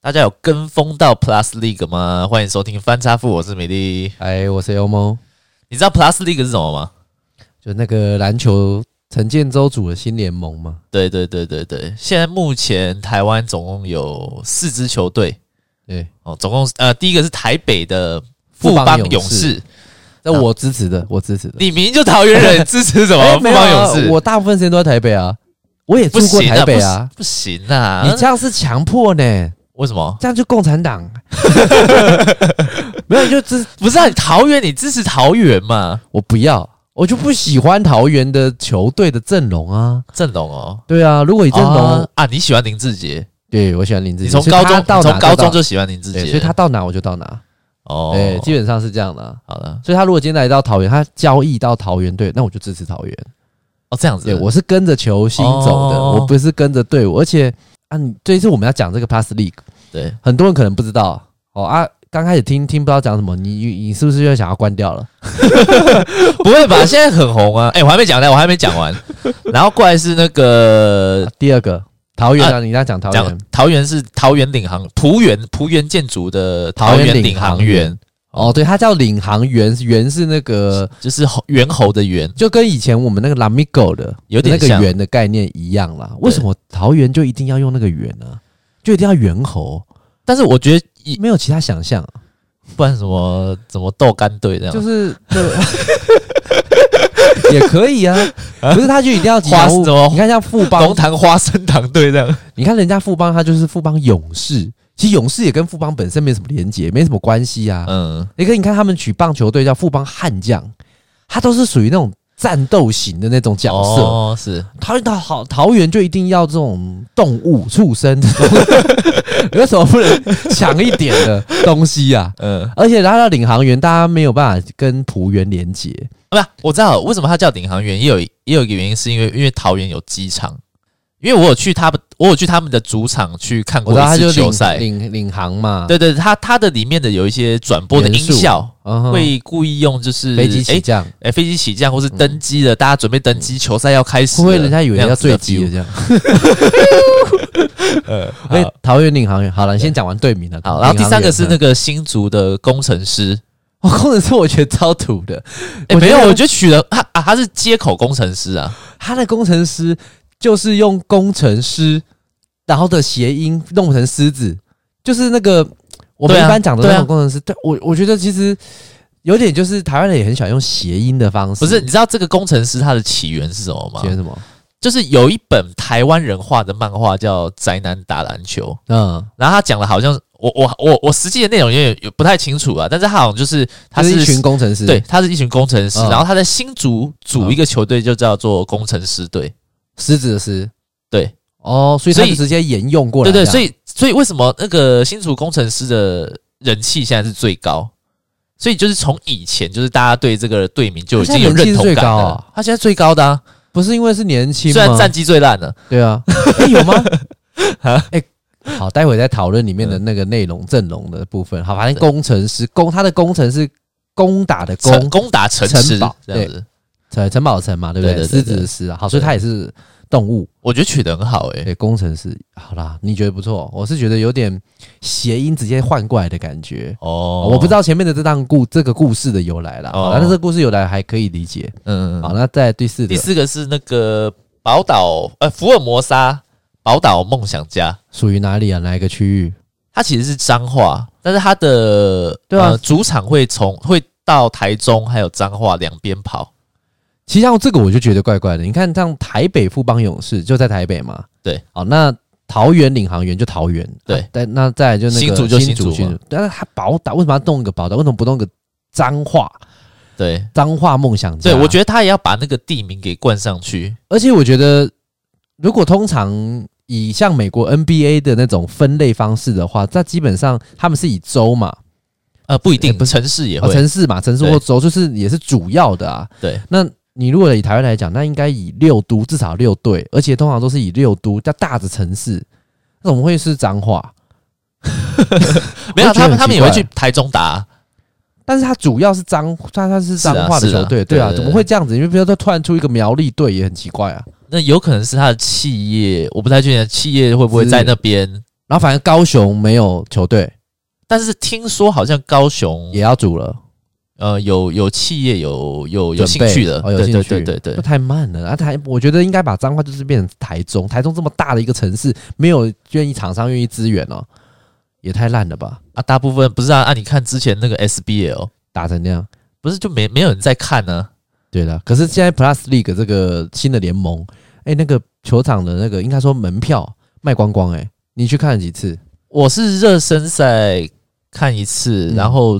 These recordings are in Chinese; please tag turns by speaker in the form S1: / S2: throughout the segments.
S1: 大家有跟风到 Plus League 吗？欢迎收听翻差富，我是美丽。
S2: 哎，我是 Elmo，
S1: 你知道 Plus League 是什么吗？
S2: 就那个篮球陈建州组的新联盟嘛，
S1: 对对对对对，现在目前台湾总共有四支球队
S2: 对，
S1: 哦，总共呃，第一个是台北的富
S2: 富邦
S1: 邦
S2: 勇
S1: 勇
S2: 士
S1: 士，
S2: 那
S1: 啊哦
S2: 我支持的，我支持的。
S1: 你明明就桃园人，支持什么
S2: 哎
S1: 富
S2: 没有啊
S1: 邦勇士？
S2: 我大部分时间都在台北啊，我也
S1: 不
S2: 住过
S1: 行
S2: 台
S1: 啊，
S2: 北啊。
S1: 不行不行啊！
S2: 你这样是强迫呢，
S1: 为什么？
S2: 这样就共产党。 没有，就支
S1: 不是啊，你桃园，你支持桃园嘛？
S2: 我不要，我就不喜欢桃园的球队的阵容啊。
S1: 郑龙哦，
S2: 对啊，如果你阵容，
S1: 啊啊，你喜欢林志杰，
S2: 对我喜欢林志
S1: 你
S2: 杰，
S1: 从
S2: 所以
S1: 高
S2: 他
S1: 中
S2: 到
S1: 你
S2: 哪
S1: 从高中
S2: 到
S1: 就喜欢林志
S2: 对，
S1: 杰，
S2: 所以他到哪我就到哪，
S1: 哦，
S2: 对，基本上是这样的啊。
S1: 好了，
S2: 所以他如果今天来到桃园，他交易到桃园队，那我就支持桃园。
S1: 哦这样子，
S2: 对，我是跟着球星走的，
S1: 哦
S2: 我不是跟着队伍。而且啊，你这一次我们要讲这个 Plus League，
S1: 对
S2: 很多人可能不知道哦啊，刚开始听听不知道讲什么，你你你是不是又想要关掉了？
S1: 不会吧？现在很红啊！哎、我还没讲呢，我还没讲完。 然后过来是那个
S2: 第二个桃园啊，你刚讲桃
S1: 呃讲
S2: 园，
S1: 桃园是桃园领航浦园浦园建筑的
S2: 桃
S1: 桃
S2: 园
S1: 园
S2: 领
S1: 领
S2: 航
S1: 航员，
S2: 哦，对，它叫领航员，员是那个
S1: 呃就是猴猿猴的猿，
S2: 就跟以前我们那个 Lamigo 的
S1: 有点
S2: 那个
S1: 像
S2: 圆的概念一样啦。为什么桃园就一定要用那个圆呢、就一定要猿猴，
S1: 但是我觉得一
S2: 没有其他想象啊、
S1: 不然什么怎么豆干队这样，
S2: 就是 对，也可以啊。可是他就一定要吉
S1: 花
S2: 祥
S1: 什
S2: 物
S1: 么
S2: 你看像富
S1: 龙
S2: 邦，
S1: 潭花生堂队 这样。
S2: 你看人家富邦，他就是富邦勇士。其实勇士也跟富邦本身没什么连结，没什么关系啊。
S1: 嗯，
S2: 你可以你看他们取棒球队叫富邦悍将，他都是属于那种战斗型的那种角色。
S1: 哦是
S2: 桃园好，桃园就一定要这种动物、畜生，有什么不能强一点的东西啊？
S1: 嗯，
S2: 而且他的领航员，大家没有办法跟仆员连结，
S1: 啊不是，我知道为什么它叫领航员，也有也有一个原因是因为因为桃园有机场。因为我有去他们，我有去他们的主场去看
S2: 我
S1: 过
S2: 知道他
S1: 一
S2: 就
S1: 次
S2: 领
S1: 球赛，
S2: 领领航嘛，
S1: 对对，它它的里面的有一些转播的音
S2: 元素
S1: 效，
S2: 嗯哼，
S1: 会故意用就是
S2: 飞机起
S1: 哎
S2: 降，
S1: 哎飞机起降或是登机了，大家准备登机，球赛要开始
S2: 会
S1: 了，
S2: 不会人家以为
S1: 那
S2: 要
S1: 样子的
S2: 坠机了
S1: view？
S2: 这样？
S1: 呃，
S2: 哎，桃园领航员，好了，你先讲完队名了。
S1: 好，然后第三个是那
S2: 个，
S1: 个新竹的工程师，
S2: 哦， 工程师我觉得超土的，
S1: 哎
S2: 我
S1: 没
S2: 觉
S1: 有，
S2: 得
S1: 我觉得取了他啊，他是接口工程师啊，
S2: 他的工程师就是用工程师，然后的谐音弄成狮子，就是那个我们
S1: 对啊
S2: 一般讲的那
S1: 对
S2: 种
S1: 啊
S2: 工程师。对我，我觉得其实有点就是台湾人也很喜欢用谐音的方式，
S1: 不是？你知道这个工程师他的起源是什么吗
S2: 谐？音什么？
S1: 就是有一本台湾人画的漫画叫《宅男打篮球》，
S2: 嗯，
S1: 然后他讲的好像我我我我实际的内容有点有不太清楚啊，但是他好像就是他
S2: 就是一群工程师，
S1: 对，，他是一群工程师，
S2: 嗯
S1: 然后他在新竹组一个球队，就叫做工程师队。
S2: 狮子的狮，
S1: 对，
S2: 哦，所以他
S1: 所以
S2: 就直接沿用过来
S1: 对对，
S2: 这样，
S1: 所以所以为什么那个新竹工程师的人气现在是最高？所以就是从以前就是大家对这个队名就已经有
S2: 他现在人气
S1: 认
S2: 是
S1: 同
S2: 最
S1: 感
S2: 高
S1: 了
S2: 啊。
S1: 他现在最高的啊，
S2: 不是因为是年轻
S1: 虽
S2: 吗？
S1: 然战绩最烂了，
S2: 对啊，诶有 吗？哎、好，待会再讨论里面的那个内容阵容的部分。好，反正
S1: 嗯对
S2: 工程师攻他的工程是攻打的
S1: 攻
S2: 攻，
S1: 攻打城池
S2: 城堡
S1: 这样子，
S2: 城城堡的城嘛，对不对？
S1: 对对对
S2: 狮子的狮啊，好，所以他也是动物，
S1: 我觉得取得很好欸诶、
S2: 对，工程师。好啦，你觉得不错，我是觉得有点谐音直接换过来的感觉。
S1: 哦，
S2: 我不知，道前面的这档故这个故事的由来啦，
S1: 哦
S2: 好啦，但是这个故事由来还可以理解。
S1: 嗯，
S2: 好，那再来第四
S1: 第
S2: 个
S1: 四个是那个宝岛呃福尔摩沙宝岛梦想家，
S2: 属于哪里啊？哪一个区域？
S1: 它其实是彰化，但是它的
S2: 对啊
S1: 呃、主场会从会到台中还有彰化两边跑。
S2: 其实像这个我就觉得怪怪的。你看，像台北富邦勇士就在台北嘛，
S1: 对。
S2: 好，那桃园领航员就桃园，
S1: 对
S2: 啊但、那再来就那个
S1: 新竹就
S2: 新
S1: 新竹
S2: 新
S1: 嘛
S2: 竹，但是他宝岛为什么要动一个宝岛？为什么不动一个彰化？
S1: 对
S2: 彰化梦想家？
S1: 对，我觉得他也要把那个地名给冠上去。
S2: 而且我觉得，如果通常以像美国 NBA 的那种分类方式的话，那基本上他们是以州嘛，
S1: 呃，不一定，
S2: 呃不是
S1: 城市也
S2: 哦、
S1: 会。
S2: 城市嘛，城市
S1: 对
S2: 或州就是也是主要的啊。
S1: 对，
S2: 那你如果以台湾来讲，那应该以六都至少六队，而且通常都是以六都叫大的城市，那怎么会是彰化？
S1: 没有
S2: 我觉
S1: 他
S2: 得
S1: 们，
S2: 很
S1: 他们
S2: 奇
S1: 也会
S2: 怪
S1: 去台中打啊。
S2: 但是它主要是彰，它它是
S1: 是啊
S2: 彰化的
S1: 是啊
S2: 球队，
S1: 对
S2: 对啊，
S1: 对对
S2: 怎么会这样子？因为比如说突然出一个苗栗队也很奇怪啊。
S1: 那有可能是他的企业，我不太确定企业会不会在那边
S2: 然后反正高雄没有球队
S1: 但是听说好像高雄
S2: 也要组了，
S1: 呃有有企业有有有
S2: 准
S1: 兴
S2: 备
S1: 趣的，
S2: 哦有
S1: 对
S2: 兴
S1: 对
S2: 趣
S1: 对对对
S2: 那，太慢了。啊台，我觉得应该把彰化就是变成台中，台中这么大的一个城市，没有愿意厂商愿意支援哦，也太烂了吧，
S1: 啊，大部分不是啊，啊，你看之前那个 SBL，
S2: 打成那样。
S1: 不是就没没有人在看啊呢、
S2: 对了，可是现在 Plus League 这个新的联盟，哎、那个球场的那个应该说门票卖光光、哎，你去看了几次？
S1: 我是热身赛看一次，
S2: 嗯
S1: 然后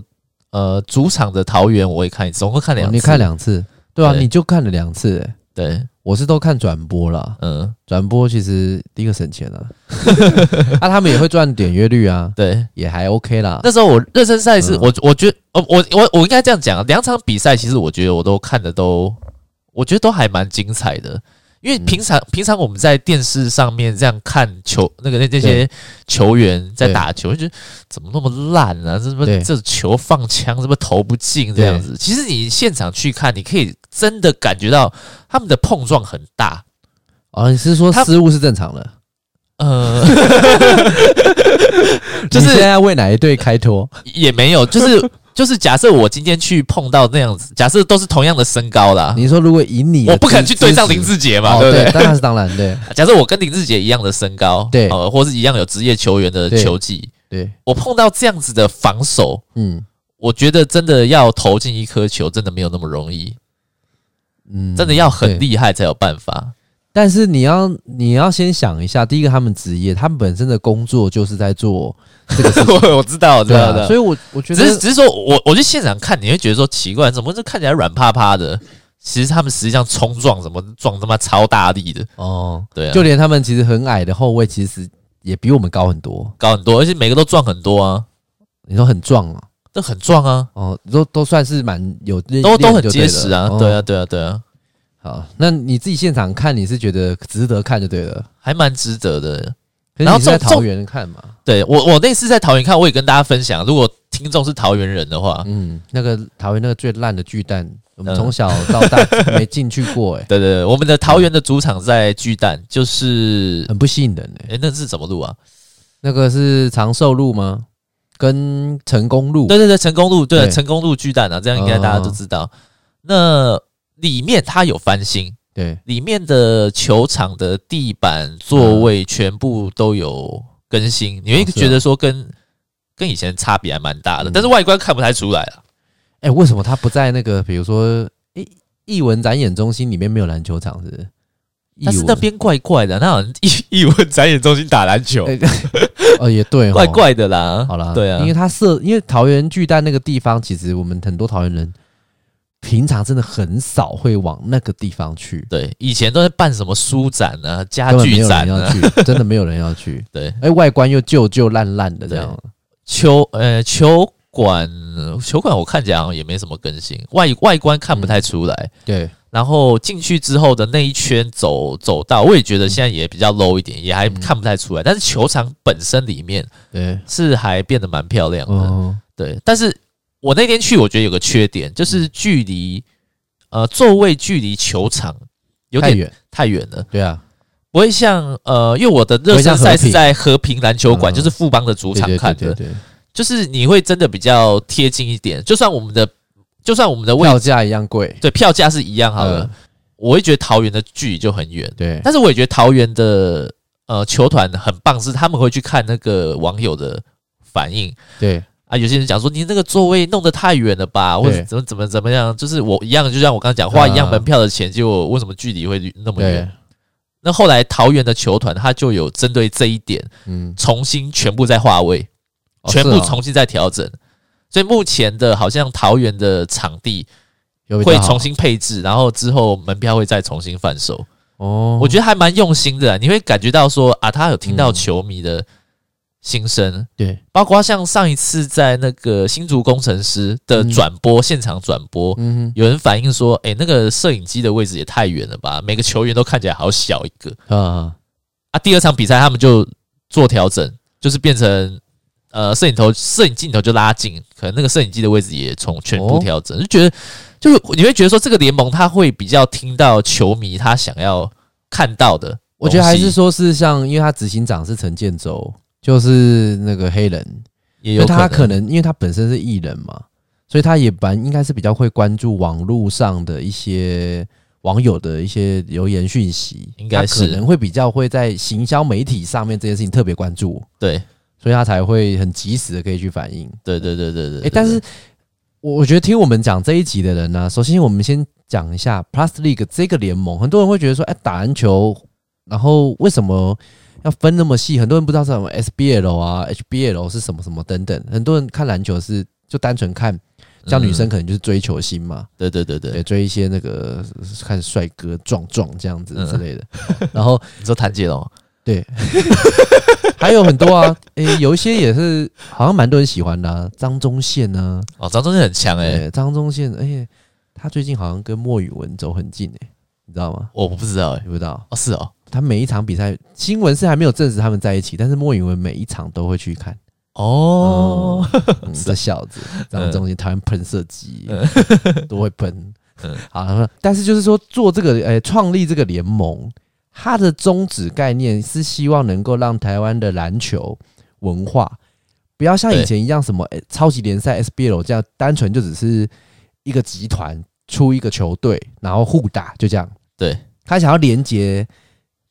S1: 呃，主场的桃园我也看一次，总共看两
S2: 哦
S1: 次。
S2: 你看两次，对啊，
S1: 对
S2: 你就看了两次、哎，
S1: 对，
S2: 我是都看转播啦，
S1: 嗯，
S2: 转播其实第一个省钱 啊， 啊，他们也会赚点阅率啊，
S1: 对。
S2: 也还 OK 啦。
S1: 那时候我热身赛是、
S2: 嗯
S1: 我，我觉得呃我我我应该这样讲，啊两场比赛其实我觉得我都看的都，我觉得都还蛮精彩的。因为
S2: 嗯
S1: 平常、平常我们在电视上面这样看球，那个那那些球员在打球，就觉得怎么那么烂啊？这什么
S2: 对
S1: 这球放枪，怎么投不进这样子？其实你现场去看，你可以真的感觉到他们的碰撞很大。
S2: 哦，你是说
S1: 他
S2: 失误是正常的？
S1: 呃，就
S2: 你
S1: 是啊
S2: 现在为哪一队 开脱？
S1: 也没有，就是就是假设我今天去碰到那样子，假设都是同样的身高啦，
S2: 你说如果以你的
S1: 我不可能
S2: 资
S1: 去对上
S2: 资
S1: 林
S2: 质
S1: 志杰嘛，
S2: 哦，
S1: 对不对？
S2: 当然是当然，对
S1: 假设我跟林志杰一样的身高，
S2: 对
S1: 呃，或是一样有职业球员的
S2: 对
S1: 球技，
S2: 对，
S1: 我碰到这样子的防守，
S2: 嗯
S1: 我觉得真的要投进一颗球，真的没有那么容易，
S2: 嗯，
S1: 真的要很
S2: 对
S1: 厉害才有办法。
S2: 但是你要你要先想一下，第一个他们职业，他们本身的工作就是在做这个事 情，
S1: 我我知道，我知
S2: 对
S1: 道，
S2: 啊
S1: 我知道
S2: 所以我我觉
S1: 只是
S2: 得
S1: 只是说我我去现场看，你会觉得说奇怪，怎么这看起来软趴趴的？其实他们实际上冲撞什么撞他妈超大力的，
S2: 哦，
S1: 对啊，
S2: 就连他们其实很矮的后卫，其实也比我们高很多。
S1: 高很多，而且每个都撞很多啊，
S2: 你说很壮啊，
S1: 都很壮啊，
S2: 哦，都都算是蛮有
S1: 都
S2: 都
S1: 都很结实啊，对。
S2: 哦
S1: 啊，对啊，对啊，
S2: 好，那你自己现场看，你是觉得值得看就对了。
S1: 还蛮值得的。
S2: 可是
S1: 然后
S2: 你是在
S1: 重
S2: 桃
S1: 重
S2: 园看嘛，
S1: 对我我那次在桃园看，我也跟大家分享，如果听众是桃园人的话，
S2: 嗯，那个桃园那个最烂的巨蛋，我
S1: 嗯
S2: 们从小到大 没进去过、欸，哎，
S1: 对对对，我们的桃园的主场在巨蛋，就是
S2: 很不吸引人哎、
S1: 诶，那是怎么路啊？
S2: 那个是长寿路吗？跟成功路？
S1: 对对对，成功路，对
S2: 对哦
S1: 成功路巨蛋啊，这样应该大家都知道。那里面它有翻新，
S2: 对
S1: 里面的球场的地板、座位全部都有更新，你会
S2: 哦是啊
S1: 觉得说跟跟以前差别还蛮大的，
S2: 嗯
S1: 但是外观看不太出来啊。
S2: 哎、为什么他不在那个比如说艺艺文展演中心里面没有篮球场是不是？
S1: 但是
S2: 艺文
S1: 那边怪怪的，那好像艺艺文展演中心打篮球，
S2: 哎 哦也对哦，
S1: 怪怪的啦。
S2: 好啦，
S1: 对啊
S2: 因为，他设，因为桃园巨蛋那个地方，其实我们很多桃园人平常真的很少会往那个地方去，
S1: 对，以前都在办什么书展啊、家
S2: 根本没
S1: 具
S2: 有人
S1: 展
S2: 要
S1: 啊、
S2: 去， 真的没有人要去。
S1: 对，
S2: 哎，外观又旧旧烂烂的这样，
S1: 球呃球馆球馆，我看起来好像也没什么更新，外外观看不太出来。
S2: 对，
S1: 然后进去之后的那一圈走走道，我也觉得现在也比较 low 一点，也还
S2: 嗯
S1: 看不太出来。但是球场本身里面
S2: 对，
S1: 是还变得蛮漂亮的，
S2: 嗯，
S1: 对。但是我那天去，我觉得有个缺点，
S2: 嗯
S1: 就是距离呃座位距离球场有
S2: 太
S1: 点
S2: 远，
S1: 太远了，
S2: 对啊，
S1: 不会像呃，因为我的热身赛是在和平篮球馆，就是富邦的主
S2: 主
S1: 场看
S2: 嗯对
S1: 的，
S2: 对，
S1: 就是你会真的比较贴近一点。就算我们的就算我们的位
S2: 票价一样贵，
S1: 对票价是一样好了，
S2: 嗯
S1: 我会觉得桃园的距离就很远。
S2: 对，
S1: 但是我也觉得桃园的呃球团很棒，是他们会去看那个网友的反应
S2: 对，
S1: 啊。有些人讲说你那个座位弄得太远了吧，
S2: 对
S1: 或者怎么怎么怎么样，就是我一样，就像我刚刚讲，花一样门票的钱，结果为什么距离会那么
S2: 嗯对
S1: 远？，那后来桃园的球团他就有针对这一点，
S2: 嗯，
S1: 重新全部在划位，
S2: 哦
S1: 全部
S2: 是哦
S1: 重新在调整。所以目前的好像桃园的场地
S2: 有比较
S1: 会
S2: 好
S1: 重新配置，然后之后门票会再重新贩售。
S2: 哦，
S1: 我觉得还蛮用心的啊、你会感觉到说啊，他有听
S2: 嗯
S1: 到球迷的心声，
S2: 对，
S1: 包括像上一次在那个新竹工程师的转播、现场转播，
S2: 嗯
S1: 有人反映说，哎、那个摄影机的位置也太远了吧，每个球员都看起来好小一个
S2: 哼啊，
S1: 啊。第二场比赛他们就做调整，就是变成呃摄影头、摄影镜头就拉近，可能那个摄影机的位置也从全部
S2: 哦
S1: 调整，就觉得就是你会觉得说这个联盟他会比较听到球迷他想要看到的东西。哦
S2: 我觉得还是说是像，因为他执行长是陈建州，就是那个黑人，
S1: 也
S2: 因
S1: 有
S2: 为他可
S1: 能
S2: 能因为他本身是艺人嘛，所以他也蛮应该是比较会关注网络上的一些网友的一些留言讯息，
S1: 应该是
S2: 他可能会比较会在行销媒体上面这件事情特别关注，
S1: 对
S2: 所以他才会很及时的可以去反应。
S1: 对对对对对
S2: 哎、
S1: 对
S2: 但是我我觉得听我们讲这一集的人呢、首先我们先讲一下 Plus League 这个联盟，很多人会觉得说，哎、打篮球，然后为什么要分那么细？很多人不知道什么 SBL 啊、HBL 是什么什么等等，很多人看篮球是就单纯看，像女生可能就是追求星嘛，
S1: 嗯对对嗯对
S2: 对，
S1: 对，
S2: 追一些那个看帅哥壮壮这样
S1: 嗯
S2: 子之类的，然后
S1: 你说谭杰哦龙，
S2: 对，还有很多啊，诶、有一些也是好像蛮多人喜欢的、啊，张宗宪啊。
S1: 哦，张宗宪很强哎，
S2: 对，张宗宪，而且他最近好像跟莫宇文走很近诶、哎你知道吗？
S1: 我不知道哎
S2: 你，不知道，
S1: 哦是哦，
S2: 他每一场比赛新闻是还没有证实他们在一起，但是莫宇文每一场都会去看。
S1: 哦，
S2: 嗯，这小子张宗宪讨厌喷射机， 都会喷
S1: 嗯。
S2: 好，然后但是就是说做这个，呃，创立这个联盟，它的宗旨概念是希望能够让台湾的篮球文化不要像以前一样什么、呃超级联赛 SBL 这样，单纯就只是一个集团出一个球队，然后互打就这样。
S1: 对，
S2: 他想要连接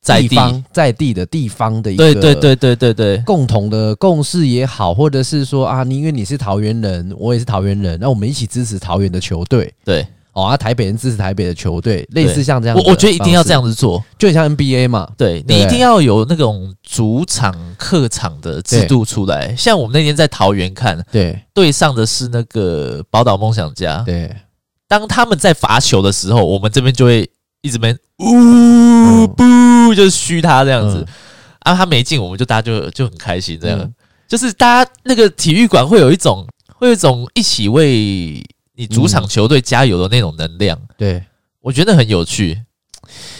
S1: 在
S2: 地
S1: 地，
S2: 方在地的地方的一个
S1: 对对对对对对，
S2: 共同的共识也好，或者是说啊，你因为你是桃园人，我也是桃园人，那我们一起支持桃园的球队
S1: 对
S2: 哦，啊，台北人支持台北的球队，类似像这样的
S1: 我我觉得一定要
S2: 方式
S1: 这，样子做，
S2: 就很像 NBA 嘛，
S1: 对你
S2: 对
S1: 一定要有那种主场客场的制度出来。像我们那天在桃园看，
S2: 对
S1: 对上的是那个宝岛梦想家，
S2: 对，
S1: 当他们在罚球的时候，我们这边就会一直闷
S2: 嗯
S1: 呜不，就是嘘他这样子
S2: 嗯。
S1: 啊，他没进，我们就大家就就很开心，这样、
S2: 嗯
S1: 就是大家那个体育馆会有一种会有一种一起为你主场球队加油的那种能量，
S2: 对，
S1: 我觉得很有趣。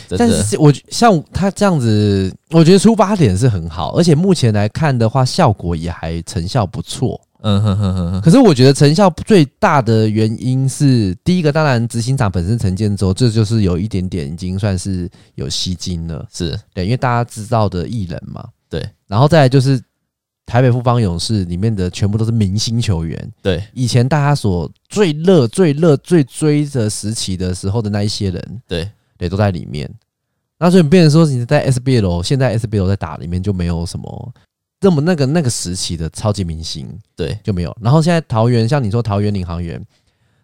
S1: 真
S2: 嗯但
S1: 的，
S2: 是我像他这样子，我觉得出发点是很好，而且目前来看的话，效果也还成效不错。
S1: 嗯哼哼哼哼，
S2: 可是我觉得成效最大的原因是，第一个当然执行长本身陈建州，这就是有一点点已经算是有吸金了。
S1: 是
S2: 对，因为大家知道的艺人嘛，
S1: 对，
S2: 然后再来就是台北富邦勇士里面的全部都是明星球员，
S1: 对
S2: 以前大家所最热、最热、最追的时期的时候的那一些人，
S1: 对
S2: 对，都在里面。那所以变成说，你在 SBL 现在 SBL 在打里面就没有什么这么那个那个时期的超级明星
S1: 对
S2: 就没有。然后现在桃园，像你说桃园领航员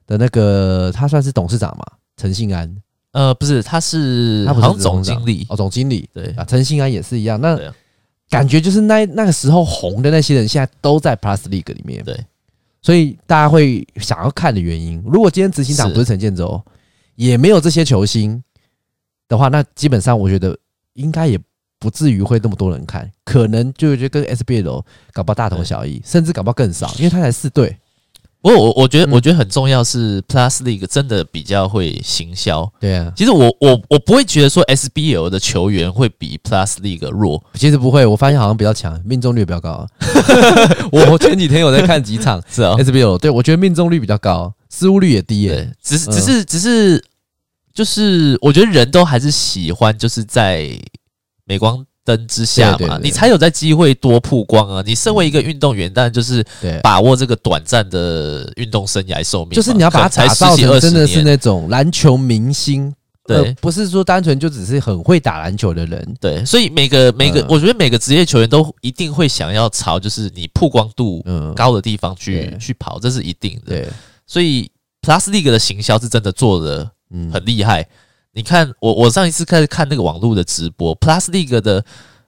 S2: 的那个，他算是董事长嘛，陈信安
S1: 呃，不是，他是
S2: 他不
S1: 好像
S2: 是
S1: 总
S2: 董事长
S1: 经理，
S2: 哦，总经理
S1: 对
S2: 啊，陈信安也是一样。那
S1: 对啊
S2: 感觉就是那那个时候红的那些人，现在都在 Plus League 里面。
S1: 对，
S2: 所以大家会想要看的原因，如果今天执行长
S1: 是
S2: 不是陈建州，也没有这些球星的话，那基本上我觉得应该也不至于会那么多人看，可能就觉得跟 SBL 搞不好大同小异，甚至搞不好更少，因为他才四队。
S1: 不过我我觉得、
S2: 嗯
S1: 我觉得很重要是 Plus League 真的比较会行销。
S2: 对啊，
S1: 其实我我我不会觉得说 SBL 的球员会比 Plus League 弱，
S2: 其实不会，我发现好像比较强，命中率比较高。啊 我前几天有在看几场
S1: 是啊，
S2: SBL，对我觉得命中率比较高，失误率也低耶、
S1: 对，只是
S2: 嗯
S1: 只是只是就是我觉得人都还是喜欢就是在镁光灯之下嘛，
S2: 对对对
S1: 你才有在机会多曝光啊。你身为一个运动员，当然就是
S2: 对，
S1: 把握这个短暂的运动生涯寿命嘛，
S2: 就是你要把它
S1: 可能
S2: 打
S1: 才
S2: 造
S1: 十几
S2: 成
S1: 二十
S2: 真的是
S1: 年，
S2: 那种篮球明星，
S1: 对
S2: 呃，不是说单纯就只是很会打篮球的人，
S1: 对，所以每个每个，
S2: 嗯
S1: 我觉得每个职业球员都一定会想要朝就是你曝光度
S2: 嗯，
S1: 高的地方去、
S2: 对
S1: 去跑，这是一定的。
S2: 对，
S1: 所以 Plus League 的行销是真的做的
S2: 嗯，
S1: 很厉害。你看，我我上一次开始看那个网络的直播，Plus League 的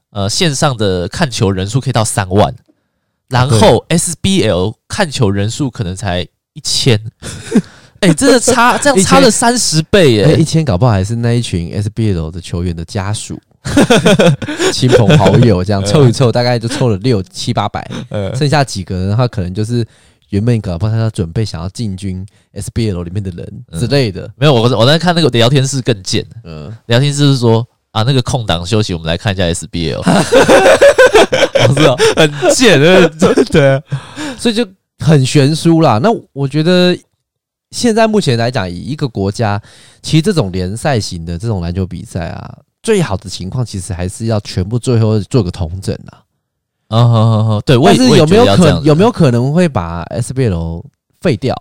S1: 呃线上的看球人数可以到三
S2: 啊
S1: 万，然后 SBL 看球人数可能才一千。 哎、真的差 这样差了三十倍耶、
S2: 哎，一千搞不好还是那一群 SBL 的球员的 家属。亲朋好友这样凑一凑，大概就凑了六七八百，剩下几个人他可能就是原本搞不好他要准备想要进军 SBL 里面的人
S1: 嗯
S2: 之类的，
S1: 没有，我我在看那个聊天室更贱，
S2: 嗯，
S1: 聊天室是说啊那个空档休息，我们来看一下 SBL，
S2: 不是啊，
S1: 很贱，对啊，
S2: 所以就很悬殊啦。那我觉得现在目前来讲，以一个国家，其实这种联赛型的这种篮球比赛啊，最好的情况其实还是要全部最后做个统整啊。
S1: 啊好好好，对我
S2: 但
S1: 也
S2: 是
S1: 我也
S2: 有没有
S1: 觉得要这
S2: 可
S1: 样子
S2: 有没有可能会把 SBL 废掉，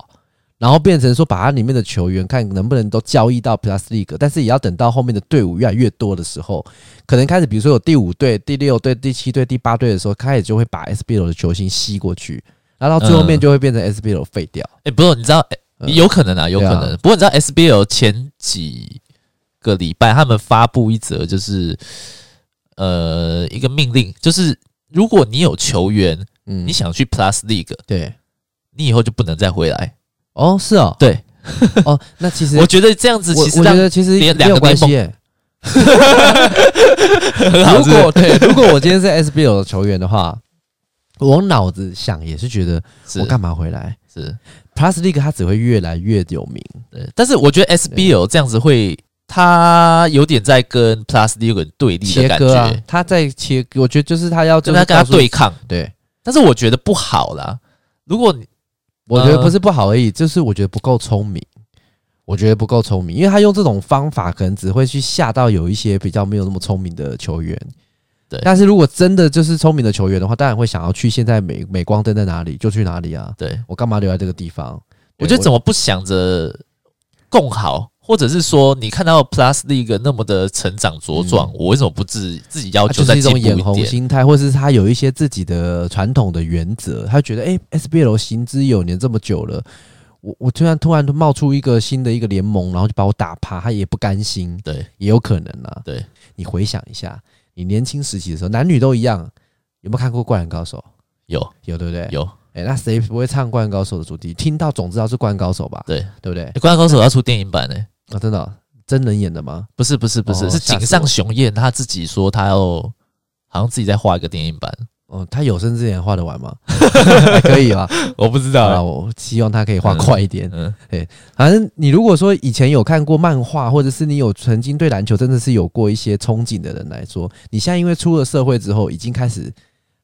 S2: 然后变成说把它里面的球员看能不能都交易到 Plus League，但是也要等到后面的队伍越来越多的时候，可能开始比如说有第五队、第六队、第七队、第八队的时候，开始就会把 SBL 的球星吸过去，然后到最后面
S1: 嗯
S2: 就会变成 SBL 废掉。
S1: 哎、不是，你知道、哎
S2: 嗯
S1: 有可能啊，有可
S2: 对啊
S1: 能。不过你知道 SBL 前几个礼拜他们发布一则，就是呃一个命令，就是如果你有球员
S2: 嗯，
S1: 你想去 Plus League，
S2: 对
S1: 你以后就不能再回来。
S2: 哦，是哦，
S1: 对，
S2: 哦，那其实
S1: 我觉得这样子
S2: 我
S1: 其实
S2: 我觉
S1: 让
S2: 得其实
S1: 连
S2: 没
S1: 两
S2: 有
S1: 个
S2: 关
S1: 联盟
S2: 系耶。
S1: 很好
S2: 如
S1: 是不是
S2: 果对，如果我今天是 SBL 的球员的话，我脑子想也是觉得
S1: 是
S2: 我干嘛回来
S1: 是
S2: ？Plus League 它只会越来越有名，
S1: 对，但是我觉得 SBL 这样子会，它有点在跟 Plus League 对立的
S2: 切
S1: 感
S2: 割啊
S1: 觉，，
S2: 它在切割，我觉得就是它要
S1: 就
S2: 就是是
S1: 它跟他
S2: 告诉
S1: 对，抗。
S2: 对，
S1: 但是我觉得不好啦。如果你
S2: 我觉得
S1: 呃
S2: 不是不好而已，就是我觉得不够聪明。我觉得不够聪明，因为他用这种方法，可能只会去吓到有一些比较没有那么聪明的球员。
S1: 对
S2: 但是如果真的就是聪明的球员的话，当然会想要去现在镁镁光灯在哪里就去哪里啊。
S1: 对
S2: 我干嘛留在这个地方？
S1: 我觉得怎
S2: 么
S1: 么不想着共好，或者是说你看到 Plus League 那么的成长茁壮，
S2: 嗯
S1: 我为什么不自自己要
S2: 就
S1: 求再
S2: 是一
S1: 进
S2: 种
S1: 步
S2: 眼红
S1: 点？
S2: 心态，或是他有一些自己的传统的原则，他觉得哎、s b l 行之有年这么久了，我我突然突然冒出一个新的一个联盟，然后就把我打趴，他也不甘心，
S1: 对，
S2: 也有可能啊。
S1: 对，
S2: 你回想一下，你年轻时期的时候，男女都一样，有没有看过《灌篮高手》？
S1: 有
S2: 有对不对？。
S1: 有，
S2: 哎、那谁不会唱《灌篮高手》的主题？听到总知道是《灌篮高手》吧？
S1: 对
S2: 对不对？
S1: 欸灌篮高手要出电影版呢、欸
S2: 啊，真的哦、真人演的吗？
S1: 不是不是不是，
S2: 哦
S1: 是
S2: 吓死
S1: 井上
S2: 我
S1: 雄彦他自己说他要，好像自己在画一个电影版，
S2: 哦，他有生之年画得完吗？ 还可以吧？
S1: 我不知道
S2: 啊，我希望他可以画快一点。
S1: 嗯，
S2: 反正你如果说以前有看过漫画，或者是你有曾经对篮球真的是有过一些憧憬的人来说，你现在因为出了社会之后，已经开始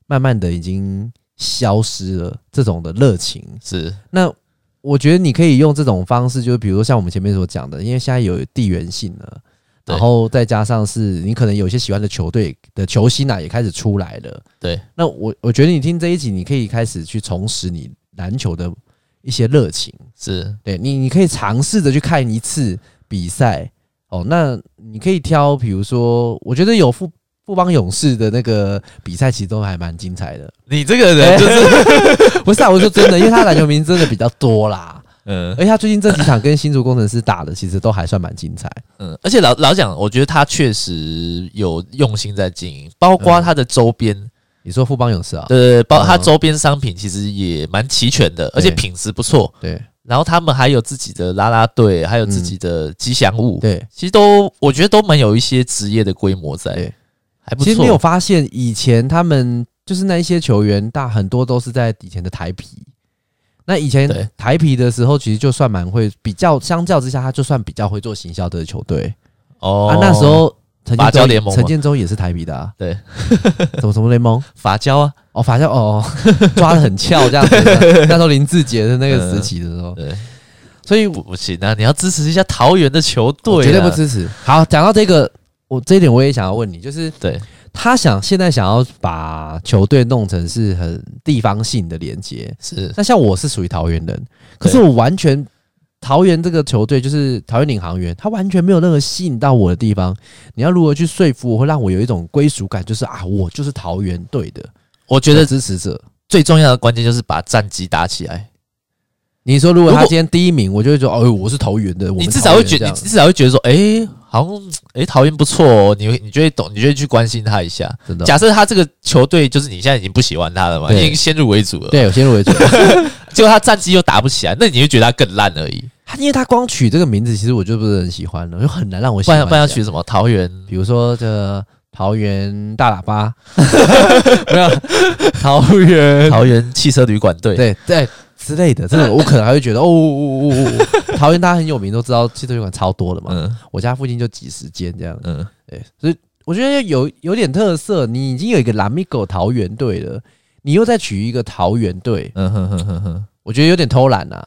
S2: 慢慢的已经消失了这种的热情。
S1: 是
S2: 那我觉得你可以用这种方式，就是比如说像我们前面所讲的，因为现在有地缘性了，
S1: 对
S2: 然后再加上是你可能有一些喜欢的球队的球星啊，也开始出来了。
S1: 对，
S2: 那我我觉得你听这一集，你可以开始去重拾你篮球的一些热情。
S1: 是，
S2: 对你，你可以尝试着去看一次比赛哦。那你可以挑，比如说，我觉得有富富邦勇士的那个比赛，其实都还蛮精彩的。
S1: 你这个人 就是，
S2: 不啊是啊，我说真的，因为他篮球名真的比较多啦，
S1: 嗯
S2: 而且他最近这几场跟新竹工程师打的，其实都还算蛮精彩。
S1: 嗯，而且老老讲，我觉得他确实有用心在经营，包括
S2: 嗯
S1: 他的周边，
S2: 你说富邦勇士啊？
S1: 对，呃包括它
S2: 嗯
S1: 周边商品其实也蛮齐全的，而且品质不错。
S2: 对
S1: 然后他们还有自己的啦啦队，还有自己的吉祥物，
S2: 嗯对，
S1: 其实都我觉得都蛮有一些职业的规模在
S2: 对，
S1: 还不
S2: 其实你有
S1: 错。
S2: 发现，以前他们就是那一些球员，大很多都是在以前的台皮。那以
S1: 对
S2: 前台皮的时候，其实就算蛮会，比较相较之下，他就算比较会做行销的球队、
S1: 哦
S2: 啊。那时候陈
S1: 法
S2: 建
S1: 交
S2: 州
S1: 联盟嘛
S2: 陈建州也是台皮的啊。
S1: 对，
S2: 什么什么联盟？
S1: 法交啊，
S2: 哦，法教哦， 抓的很翘这样子的。那时候林志杰的那个时期的时候，
S1: 对，啊
S2: 所以
S1: 不不行啊，你要支持一下桃园的球队
S2: 我
S1: 啊，
S2: 绝对不支持。好，讲到这个，我这一点我也想要问你，就是
S1: 对，
S2: 他想现在想要把球队弄成是很地方性的连接。
S1: 是
S2: 那像我是属于桃园人，可是我完全桃园这个球队就是桃园领航员，他完全没有任何吸引到我的地方。你要如何去说服我，会让我有一种归属感，就是啊，我就是桃园队的，
S1: 我觉
S2: 觉得
S1: 得
S2: 支持者。
S1: 最重要的关键就是把战绩打起来。
S2: 你说如果
S1: 如
S2: 他
S1: 果
S2: 今天第一名，我就会说，哦，我是桃园的，我们
S1: 你至少会
S2: 桃园
S1: 觉，
S2: 这
S1: 你
S2: 样
S1: 至少会觉得说，诶，好像诶，桃园不错哦，你会你就会懂，你就会去关心他一下。
S2: 真的。
S1: 假设他这个球队就是你现在已经不喜欢他了嘛，
S2: 对
S1: 你已经先入为主了，
S2: 对，我先入为主。
S1: 结果他战绩又打不起来，那你就觉得他更烂而已。
S2: 他因为他光取这个名字，其实我就不是很喜欢了，就很难让我喜
S1: 不
S2: 欢
S1: 然
S2: 起来。
S1: 不然要取什么桃园？
S2: 比如说这桃园大喇叭， 没有桃园
S1: 桃园汽车旅馆队，
S2: 对对之类的，这种我可能还会觉得哦哦哦哦哦，桃园大家很有名，都知道汽车旅馆超多的嘛，
S1: 嗯
S2: 我家附近就几十间这样，
S1: 嗯，
S2: 对，所以我觉得有有点特色，你已经有一个蓝米狗桃园队了，你又再取一个桃园队，
S1: 嗯哼哼哼哼，
S2: 我觉得有点偷懒啊。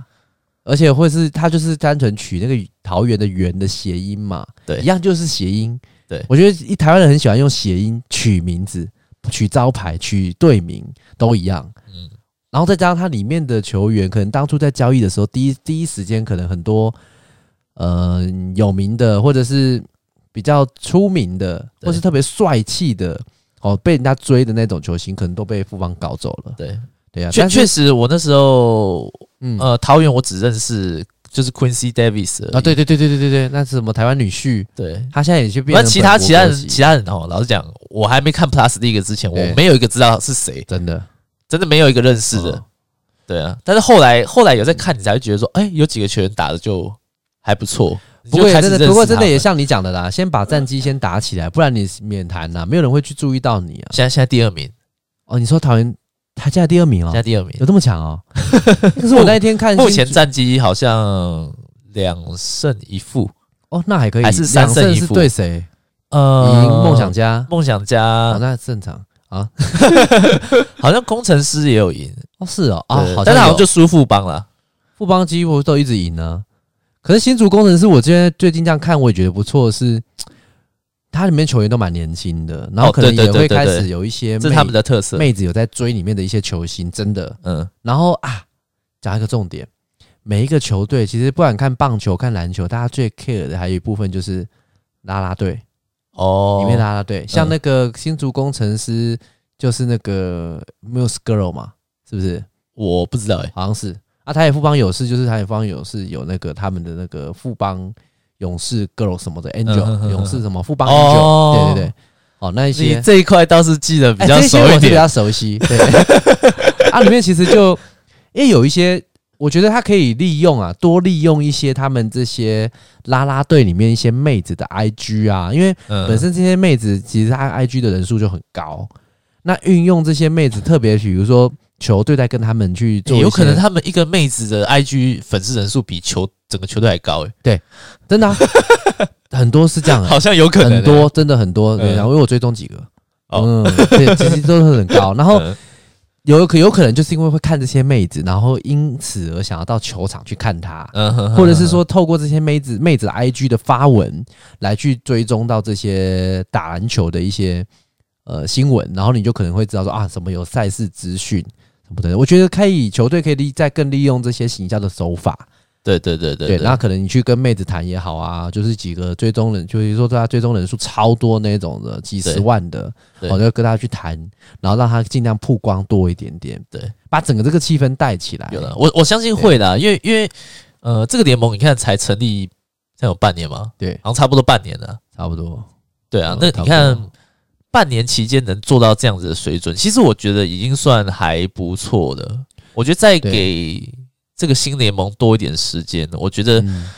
S2: 而且会是他就是单纯取那个桃园的“园”的谐音嘛，
S1: 对
S2: 一样就是谐音。
S1: 对
S2: 我觉得一台湾人很喜欢用谐音取名字取招牌、取队名都一样。
S1: 嗯
S2: 然后再加上它里面的球员，可能当初在交易的时候，第一第一时间可能很多呃有名的，或者是比较出名的，
S1: 对
S2: 或是特别帅气的哦，被人家追的那种球星，可能都被富邦搞走了。
S1: 对，
S2: 对呀、啊，
S1: 确
S2: 但是
S1: 确实，我那时候
S2: 嗯
S1: 呃，桃园我只认识就是 Quincy Davis 而已
S2: 啊，对对对对对对对，那是什么台湾女婿，
S1: 对。
S2: 他现在也去变
S1: 那
S2: 成
S1: 其他
S2: 本国
S1: 其他
S2: 国
S1: 人
S2: 籍
S1: 其他人哦，老实讲，我还没看 Plus 第一个之前，
S2: 对
S1: 我没有一个知道是谁，
S2: 真的
S1: 真的没有一个认识的。
S2: 嗯
S1: 对啊，但是后来后来有在看，你才会觉得说，哎、有几个球员打的就还不错，你
S2: 不
S1: 就
S2: 过也
S1: 开始
S2: 真的，
S1: 认识
S2: 不过真
S1: 他
S2: 的
S1: 们
S2: 也像你讲的啦，先把战绩先打起来，不然你免谈呐、没有人会去注意到你啊。
S1: 现在现在第二名，
S2: 哦，你说桃园他现在第二名
S1: 现
S2: 哦
S1: 在，第二名
S2: 有，这么强 哦？可是我那一天看
S1: 目
S2: 新
S1: 前
S2: 竹
S1: 战绩好像两胜一负，
S2: 哦，那还可以，
S1: 还是三
S2: 两
S1: 胜一
S2: 是
S1: 负
S2: 对谁？赢
S1: 呃
S2: 梦想家，
S1: 梦想
S2: 哦，
S1: 家
S2: 那正常啊。
S1: 好像工程师也有赢
S2: 哦，是哦，啊
S1: 对，
S2: 好像有，
S1: 但是好像就输富邦了。
S2: 富邦几乎都一直赢呢。可是新竹工程师，我今天最近这样看，我也觉得不错，是它里面球员都蛮年轻的，然后
S1: 哦
S2: 可能
S1: 对对
S2: 也会
S1: 对对
S2: 开始
S1: 对
S2: 有一些
S1: 这
S2: 妹
S1: 是他们的特色。
S2: 妹子有在追里面的一些球星，真的。
S1: 嗯，
S2: 然后啊，讲一个重点，每一个球队其实不管看棒球、看篮球，大家最 care 的还有一部分就是啦啦队，
S1: 哦，
S2: 里面啦啦队，像那个新竹工程师就是那个 Muse Girl 嘛，是不是？
S1: 我不知道哎、
S2: 好像是啊，台也富邦勇士就是台也富邦勇士有那个他们的那个富邦勇士 Girl 什么的 Angel、
S1: 嗯哼哼
S2: 勇士什么富邦 Angel，、
S1: 哦
S2: 对对对，哦那一些
S1: 你这一块倒是记得比
S2: 哎，
S1: 较
S2: 这些
S1: 熟
S2: 我
S1: 一
S2: 是比
S1: 点。
S2: 较熟悉。对， 啊，里面其实就因为有一些，我觉得他可以利用啊，多利用一些他们这些啦啦队里面一些妹子的 IG 啊，因为
S1: 嗯
S2: 本身这些妹子其实她 IG 的人数就很高，那运用这些妹子，特别比如说球队在跟他们去做一些，
S1: 有可能他们一个妹子的 IG 粉丝人数比球整个球队还高、欸，
S2: 真的啊、很多是这样、欸，
S1: 好像有可能、
S2: 很多真的很多，对，
S1: 嗯
S2: 然后因为我追踪几个。
S1: 哦
S2: 嗯，对，其实都是很 高，然后
S1: 嗯
S2: 有可有可能就是因为会看这些妹子，然后因此而想要到球场去看她，
S1: 嗯哼哼
S2: 或者是说透过这些妹子妹子 IG 的发文来去追踪到这些打篮球的一些呃新闻，然后你就可能会知道说啊什么有赛事资讯什么的。我觉得可以球队可以利再更利用这些行销的手法，
S1: 对对对对
S2: 对，那可能你去跟妹子谈也好啊，就是几个追踪人，就是说他追踪人数超多那种的，几十
S1: 对
S2: 万的，哦
S1: 对
S2: 我就跟他去谈，然后让他尽量曝光多一点点，
S1: 对，
S2: 把整个这个气氛带起来。
S1: 有了，我我相信会的啊，因为因为呃，这个联盟你看才成立，才有半年嘛，
S2: 对，
S1: 好像差不多半年了。
S2: 差不多。
S1: 对啊
S2: 嗯，
S1: 那
S2: 差
S1: 你
S2: 不多
S1: 看半年期间能做到这样子的水准，其实我觉得已经算还不错的。我觉得再
S2: 对
S1: 给这个新联盟多一点时间，我觉得、
S2: 嗯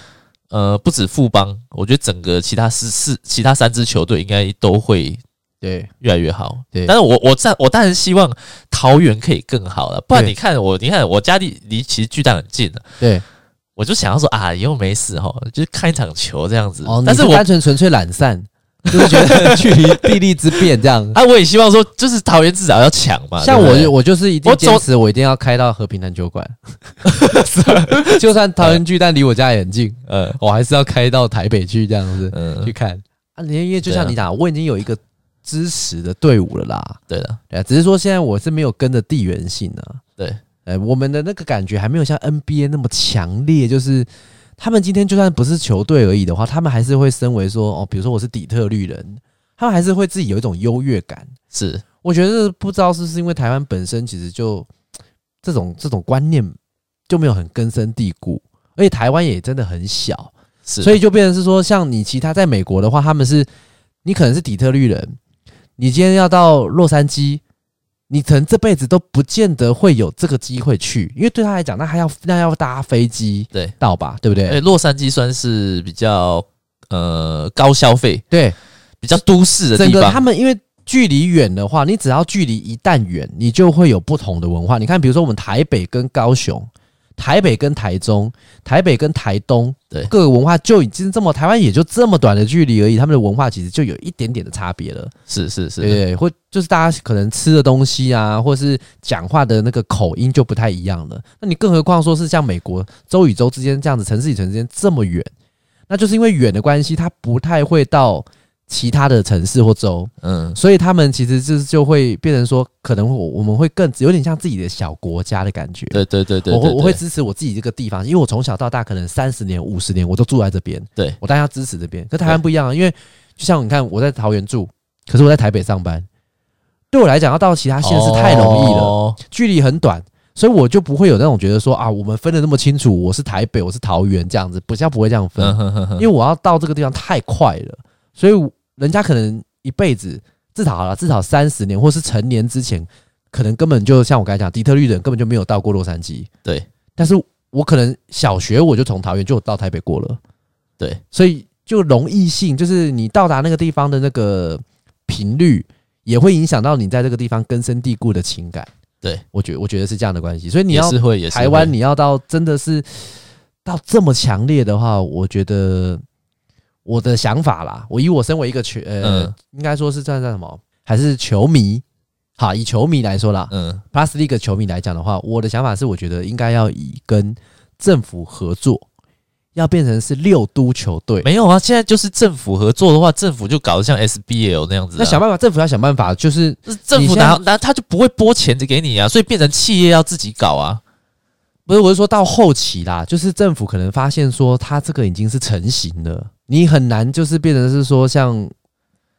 S1: 呃，不止富邦，我觉得整个其他四四其他三支球队应该都会
S2: 对，
S1: 越来越好。
S2: 对
S1: 但是我我在我当然希望桃园可以更好了，不然
S2: 对
S1: 你看我，你看我家里离其实巨蛋很近啊的，
S2: 对，
S1: 我就想要说啊，以后没事哈，就是看一场球这样子。
S2: 哦，
S1: 但
S2: 你
S1: 是
S2: 是
S1: 我
S2: 单纯纯粹懒散， 就是觉得距离地利之变这 样。
S1: 啊，我也希望说，就是桃园至少要强嘛。
S2: 像
S1: 对啊不对
S2: 我，我就是一定
S1: 我走
S2: 坚持，我一定要开到和平篮球馆， 啊就算桃园巨蛋离我家也很近，
S1: 呃
S2: 我还是要开到台北去这样子。去
S1: 嗯，
S2: 看啊。因为就
S1: 对啊
S2: 像你讲，我已经有一个支持的队伍了啦，
S1: 对的，
S2: 对啊，只是说现在我是没有跟着地缘性啊，
S1: 对，
S2: 呃，我们的那个感觉还没有像 NBA 那么强烈，就是。他们今天就算不是球队而已的话，他们还是会身为说哦，比如说我是底特律人，他们还是会自己有一种优越感。
S1: 是
S2: 我觉得不知道是不是因为台湾本身其实就这种这种观念就没有很根深蒂固，而且台湾也真的很小，
S1: 是，
S2: 所以就变成是说，像你其他在美国的话，他们是你可能是底特律人，你今天要到洛杉矶，你可能这辈子都不见得会有这个机会去，因为对他来讲，那还要那要搭飞机
S1: 对，
S2: 到吧，对不对？
S1: 哎，洛杉矶算是比较呃高消费、
S2: 对，
S1: 比较都市的
S2: 整
S1: 地
S2: 个
S1: 方，
S2: 他们因为距离远的话，你只要距离一旦远，你就会有不同的文化。你看，比如说我们台北跟高雄，台北跟台中，台北跟台东，
S1: 对
S2: 各个文化就已经这么，台湾也就这么短的距离而已，他们的文化其实就有一点点的差别了。
S1: 是是是，
S2: 对，或就是大家可能吃的东西啊，或是讲话的那个口音就不太一样了。那你更何况说是像美国州与州之间这样子，城市与城市之间这么远，那就是因为远的关系，它不太会到其他的城市或州，
S1: 嗯，
S2: 所以他们其实就是就会变成说，可能我我们会更有点像自己的小国家的感觉。
S1: 对对对对，
S2: 我会
S1: 对
S2: 我会
S1: 对
S2: 支持我自己这个地方，因为我从小到大可能三十年、五十年我都住在这边，
S1: 对
S2: 我当然要支持这边。可台湾不一样啊，因为就像你看，我在桃园住，可是我在台北上班，对我来讲要到其他县市太容易了，
S1: 哦
S2: 距离很短。所以我就不会有那种觉得说啊，我们分的那么清楚，我是台北，我是桃园这样子，比较不会这样分。
S1: 嗯哼哼哼
S2: 因为我要到这个地方太快了，所以人家可能一辈子至少好了，至少三十年或是成年之前，可能根本就像我刚才讲，底特律人根本就没有到过洛杉矶。
S1: 对，
S2: 但是我可能小学我就从桃园就到台北过了，
S1: 对，
S2: 所以就容易性，就是你到达那个地方的那个频率，也会影响到你在这个地方根深蒂固的情感。
S1: 对，
S2: 我觉我觉得是这样的关系，所以你
S1: 也
S2: 要
S1: 是会也是
S2: 台湾
S1: 会
S2: 你要到真的是到这么强烈的话，我觉得我的想法啦，我以我身为一个球呃，
S1: 嗯
S2: 应该说是算算什么，还是球迷。好，以球迷来说啦、
S1: 嗯
S2: p l u s League 球迷来讲的话，我的想法是，我觉得应该要以跟政府合作，要变成是六都球队。
S1: 没有啊，现在就是政府合作的话，政府就搞得像 SBL 那样子啊、
S2: 那想办法，政府要想办法，就是
S1: 那政府拿拿他就不会拨钱给你啊，所以变成企业要自己搞啊。
S2: 不是，我是说到后期啦，就是政府可能发现说，它这个已经是成型了，你很难就是变成是说像，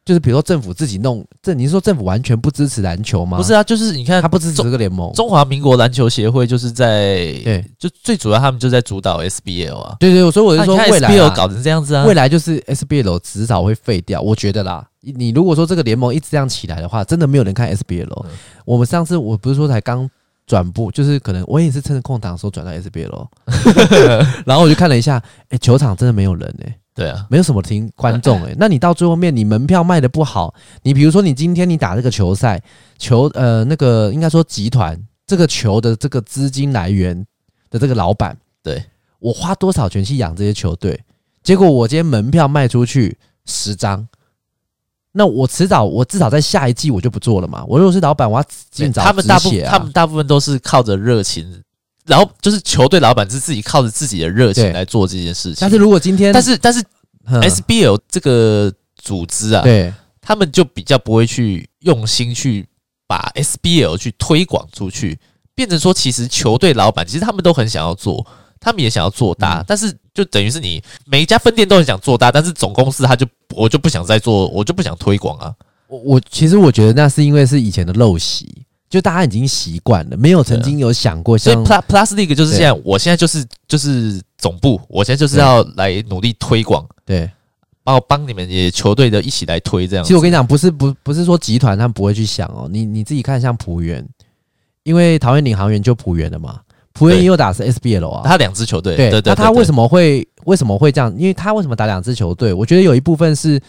S2: 就是比如说政府自己弄，这你是说政府完全不支持篮球吗？
S1: 不是，啊，就是你看
S2: 他不支持这个联盟。
S1: 中华民国篮球协会就是在
S2: 对
S1: 就最主要他们就在主导 SBL 啊。
S2: 对对，所以我
S1: 那
S2: 是
S1: 你
S2: 说
S1: 看
S2: 未来
S1: SBL
S2: 啊
S1: 搞成这样子啊
S2: 未，来就是 SBL 迟早会废掉，我觉得啦。你你如果说这个联盟一直这样起来的话，真的没有人看 SBL。
S1: 嗯
S2: 我们上次我不是说才刚转播，就是可能我也是趁着空档的时候转到 SBL，然后我就看了一下，哎、球场真的没有人哎、
S1: 对啊，
S2: 没有什么听观 众诶、欸那你到最后面，你门票卖的不好，你比如说你今天你打这个球赛，球呃那个应该说集团这个球的这个资金来源的这个老板，
S1: 对
S2: 我花多少钱去养这些球队，结果我今天门票卖出去十张，那我迟早我至少在下一季我就不做了嘛。我如果是老板，我要尽早
S1: 他们大
S2: 止
S1: 部
S2: 血啊
S1: 他们大部分都是靠着热情，然后就是球队老板是自己靠着自己的热情
S2: 对
S1: 来做这件事情。
S2: 但是如果今天
S1: 但是但是
S2: 嗯
S1: SBL 这个组织啊，
S2: 对
S1: 他们就比较不会去用心去把 SBL 去推广出去，变成说其实球队老板其实他们都很想要做，他们也想要做大，
S2: 嗯
S1: 但是就等于是你每一家分店都很想做大，但是总公司他就我就不想再做，我就不想推广啊。
S2: 我我其实我觉得那是因为是以前的陋习，就大家已经习惯了，没有曾经有想过
S1: 啊所以
S2: 像
S1: Plus Plus League 就是
S2: 对
S1: 现在，我现在就是就是总部，我现在就是要来努力推广，
S2: 对。
S1: 帮我帮你们也球队的一起来推这样
S2: 其
S1: 子
S2: 实我跟你讲，不是不不是说集团他们不会去想哦，你你自己看像浦原，因为桃园领航员就浦原的嘛，浦原
S1: 对
S2: 也有打是 SBL 啊，
S1: 他两支球队，
S2: 对
S1: 对对，
S2: 那他为什
S1: 么？
S2: 么会为什么会这样？因为他为什么打两支球队？我觉得有一部分是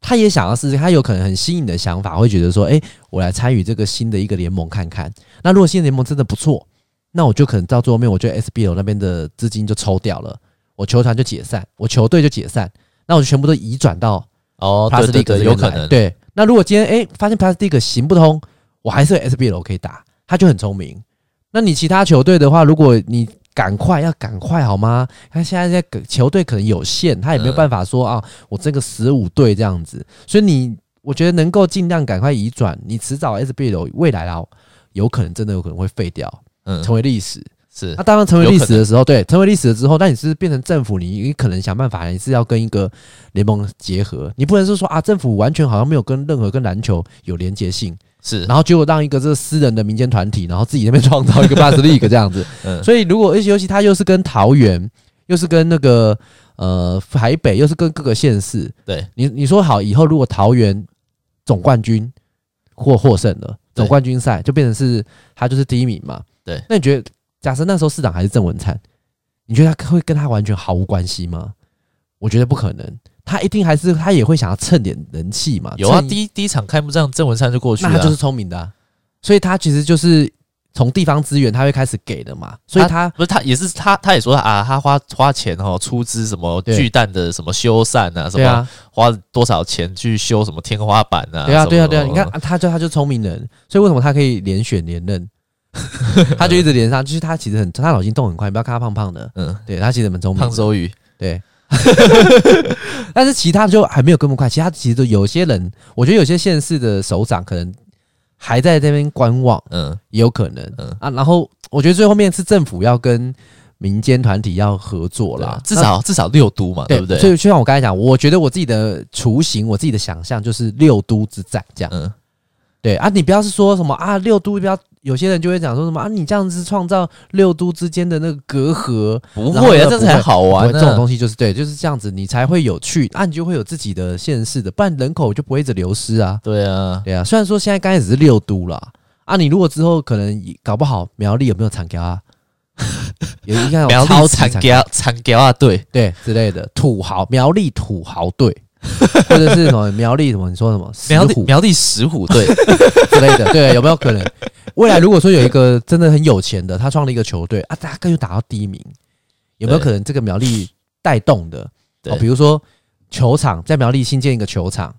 S2: 他也想要试试，他有可能很新颖的想法，会觉得说，哎、我来参与这个新的一个联盟看看。那如果新的联盟真的不错，那我就可能到最后面，我觉得 SBL 那边的资金就抽掉了，我球团就解散，我球队就解散，那我就全部都移转到
S1: 哦，对
S2: Plus
S1: 对
S2: League
S1: 对，
S2: 这边
S1: 有可
S2: 来
S1: 能，
S2: 对，那如果今天哎、诶发现 Plus League 行不通，我还是有 SBL 可以打，他就很聪明。那你其他球队的话，如果你赶快要赶快好吗？他现在在给球队可能有限，他也没有
S1: 嗯
S2: 办法说、啊，我这个十五队这样子，所以你我觉得能够尽量赶快移转，你迟早 SBL 未来啊，有可能真的有可能会废掉，
S1: 嗯，
S2: 成为历史。
S1: 是
S2: 那当然成为
S1: 有
S2: 历
S1: 可
S2: 史的时候，对，成为历史了之后，那你是变成政府，你你可能想办法，你是要跟一个联盟结合，你不能是说啊，政府完全好像没有跟任何跟篮球有连结性，
S1: 是，
S2: 然后结果让一个这个私人的民间团体，然后自己那边创造一个 Bus League 这样子。
S1: 嗯
S2: 所以如果而且尤其他又是跟桃园，又是跟那个呃台北，又是跟各个县市，
S1: 对
S2: 你你说好以后，如果桃园总冠军或获胜了，
S1: 对
S2: 总冠军赛就变成是他就是第一名嘛。
S1: 对，
S2: 那你觉得假设那时候市长还是郑文灿，你觉得他会跟他完全毫无关系吗？我觉得不可能，他一定还是他也会想要蹭点人气嘛。
S1: 有啊，
S2: 蹭一
S1: 第一第一场开幕战，郑文山就过去了、
S2: 那他就是聪明的啊、所以他其实就是从地方资源他会开始给的嘛，所以他
S1: 不是他也是他他也说啊，他花花钱哦，出资什么
S2: 对
S1: 巨蛋的什么修缮啊，什
S2: 对
S1: 么、
S2: 啊，
S1: 花多少钱去修什么天花板啊，
S2: 对啊，对啊，
S1: 什么
S2: 对啊，你看、啊、他就他就聪明人，所以为什么他可以连选连 任？他就一直连上，就是他其实很他脑筋动很快，不要看他胖胖的，
S1: 嗯，
S2: 对他其实蛮聪明的，
S1: 胖周瑜
S2: 对，但是其他就还没有跟不快，其他其实都有些人，我觉得有些县市的首长可能还在这边观望，
S1: 嗯
S2: 也有可能、
S1: 嗯
S2: 啊。然后我觉得最后面是政府要跟民间团体要合作
S1: 对啊
S2: 啦，
S1: 至少至少六都嘛，对不对？
S2: 所以就像我刚才讲，我觉得我自己的雏形，我自己的想象就是六都之战这样。
S1: 嗯，
S2: 对啊，你不要是说什么啊，六都不要，有些人就会讲说什么啊，你这样子创造六都之间的那个隔阂，
S1: 不
S2: 然后
S1: 会
S2: 呢
S1: 啊，这才好玩
S2: 不会这种
S1: 呢。
S2: 东西就是对，就是这样子，你才会有趣，啊，你就会有自己的县市的，不然人口就不会一直流失啊。
S1: 对啊，
S2: 对啊，虽然说现在刚开始是六都啦，啊，你如果之后可能也搞不好苗栗有没有产家啊？ 有应该有
S1: 苗
S2: 超
S1: 栗
S2: 级
S1: 产
S2: 产
S1: 家产家啊，对，
S2: 对之类的土豪苗栗土豪队，或者是什么苗栗什么你说什么石
S1: 苗栗
S2: 虎
S1: 苗栗石虎对，
S2: 之类的，对，有没 有可能未来如果说有一个真的很有钱的，他创立一个球队啊，大概就打到第一名，有没有
S1: 对
S2: 可能这个苗栗带动的？
S1: 对
S2: 哦，比如说球场在苗栗新建一个球场，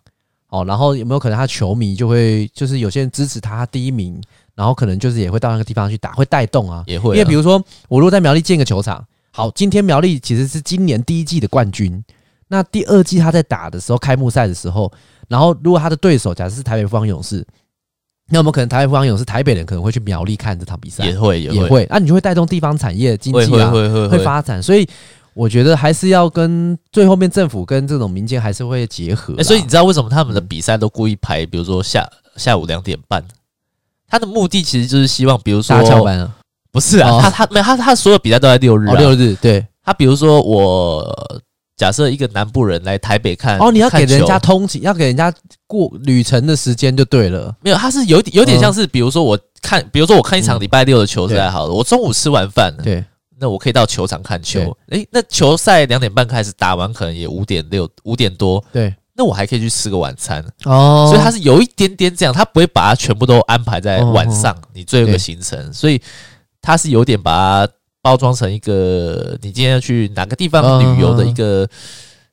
S2: 哦，然后有没有可能他球迷就会就是有些人支持他他第一名，然后可能就是也会到那个地方去打，会带动啊。
S1: 也会啊，嗯
S2: 因为比如说，我如果在苗栗建个球场，好，今天苗栗其实是今年第一季的冠军，那第二季他在打的时候，开幕赛的时候，然后如果他的对手假设是台北富邦勇士，那有没有可能台北富邦勇士台北人可能会去苗栗看这场比赛？
S1: 也会
S2: 也
S1: 会
S2: 会，那、你就会带动地方产业经
S1: 会
S2: 济
S1: 会
S2: 啊，
S1: 会会
S2: 会发展，所以。我觉得还是要跟最后面政府跟这种民间还是会结合啦、
S1: 欸所以你知道为什么他们的比赛都故意排，比如说下下午两点半？他的目的其实就是希望，比如说
S2: 大家翘班啊，
S1: 不是啊，
S2: 哦
S1: 他他没有他他所有比赛都在六日、啊
S2: 哦，六日对，
S1: 他比如说我假设一个南部人来台北看，
S2: 哦，你要给
S1: 看球
S2: 人家通勤，要给人家过旅程的时间就对了，
S1: 没有，他是有点有
S2: 嗯
S1: 点像是，比如说我看，比如说我看一场礼拜六的球赛好了，我中午吃完饭，
S2: 对，
S1: 那我可以到球场看球。诶，那球赛两点半开始打完，可能也五点六五点多，
S2: 对，
S1: 那我还可以去吃个晚餐。
S2: 哦
S1: 所以它是有一点点这样，它不会把它全部都安排
S2: 哦
S1: 在晚上，你最后一个
S2: 对
S1: 行程，所以它是有点把它包装成一个你今天要去哪个地方旅游的一
S2: 嗯
S1: 个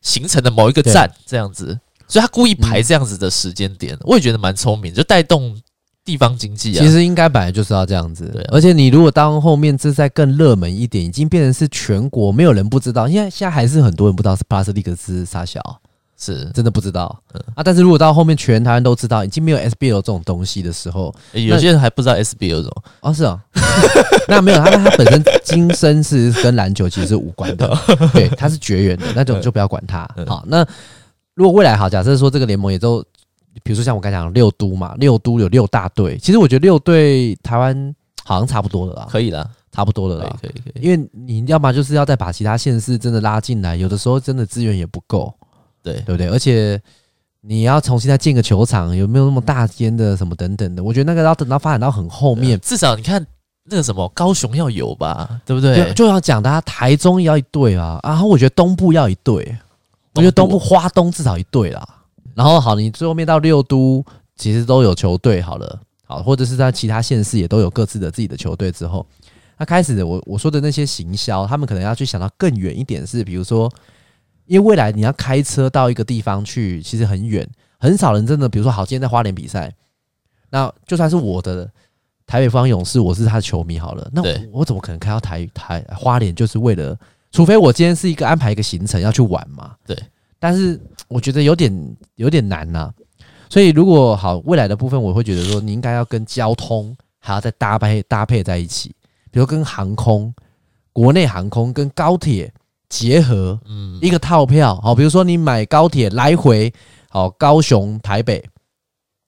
S1: 行程的某一个站这样子，所以他故意排这样子的时间点，我也觉得蛮聪明，就带动地方经济啊。
S2: 其实应该本来就是要这样子，
S1: 对啊
S2: 而且你如果当后面这再更热门一点，已经变成是全国没有人不知道，因为现在还是很多人不知道是 Plus League 是啥小，
S1: 是
S2: 真的不知道、
S1: 嗯
S2: 啊。但是如果到后面全台湾都知道，已经没有 SBL 这种东西的时候，
S1: 诶有些人还不知道 SBL 种，
S2: 哦是哦， 那没有，他他本身今生是跟篮球其实是无 关的，对，他是绝缘的那种就不要管他。
S1: 嗯
S2: 好，那如果未来好，假设说这个联盟也都，比如说像我刚才讲的六都嘛，六都有六大队，其实我觉得六队台湾好像差不多了啦。
S1: 可以啦，
S2: 差不多了
S1: 可以
S2: 啦。
S1: 可以可以，
S2: 因为你要么就是要再把其他县市真的拉进来，有的时候真的资源也不够，
S1: 对
S2: 对不对？而且你要重新再建个球场，有没有那么大间的什么等等的？我觉得那个要等到发展到很后面，
S1: 至少你看那个什么高雄要有吧，对不
S2: 就
S1: 对？
S2: 就要讲大家台中也要一队啊，然后我觉得东部要一队，我觉得东部花东至少一队啦。然后好，你最后面到六都其实都有球队好了，好，或者是在其他县市也都有各自的自己的球队之后，那开始我我说的那些行销，他们可能要去想到更远一点是，比如说，因为未来你要开车到一个地方去，其实很远，很少人真的，比如说好，今天在花莲比赛，那就算是我的台北方勇士，我是他的球迷好了，那我
S1: 对
S2: 我怎么可能开到台台花莲，就是为了，除非我今天是一个安排一个行程要去玩嘛，
S1: 对，
S2: 但是我觉得有点有点难呐、所以如果好未来的部分，我会觉得说你应该要跟交通还要再搭配搭配在一起，比如跟航空、国内航空跟高铁结合
S1: 嗯，
S2: 一个套票，好，比如说你买高铁来回，好高雄台北，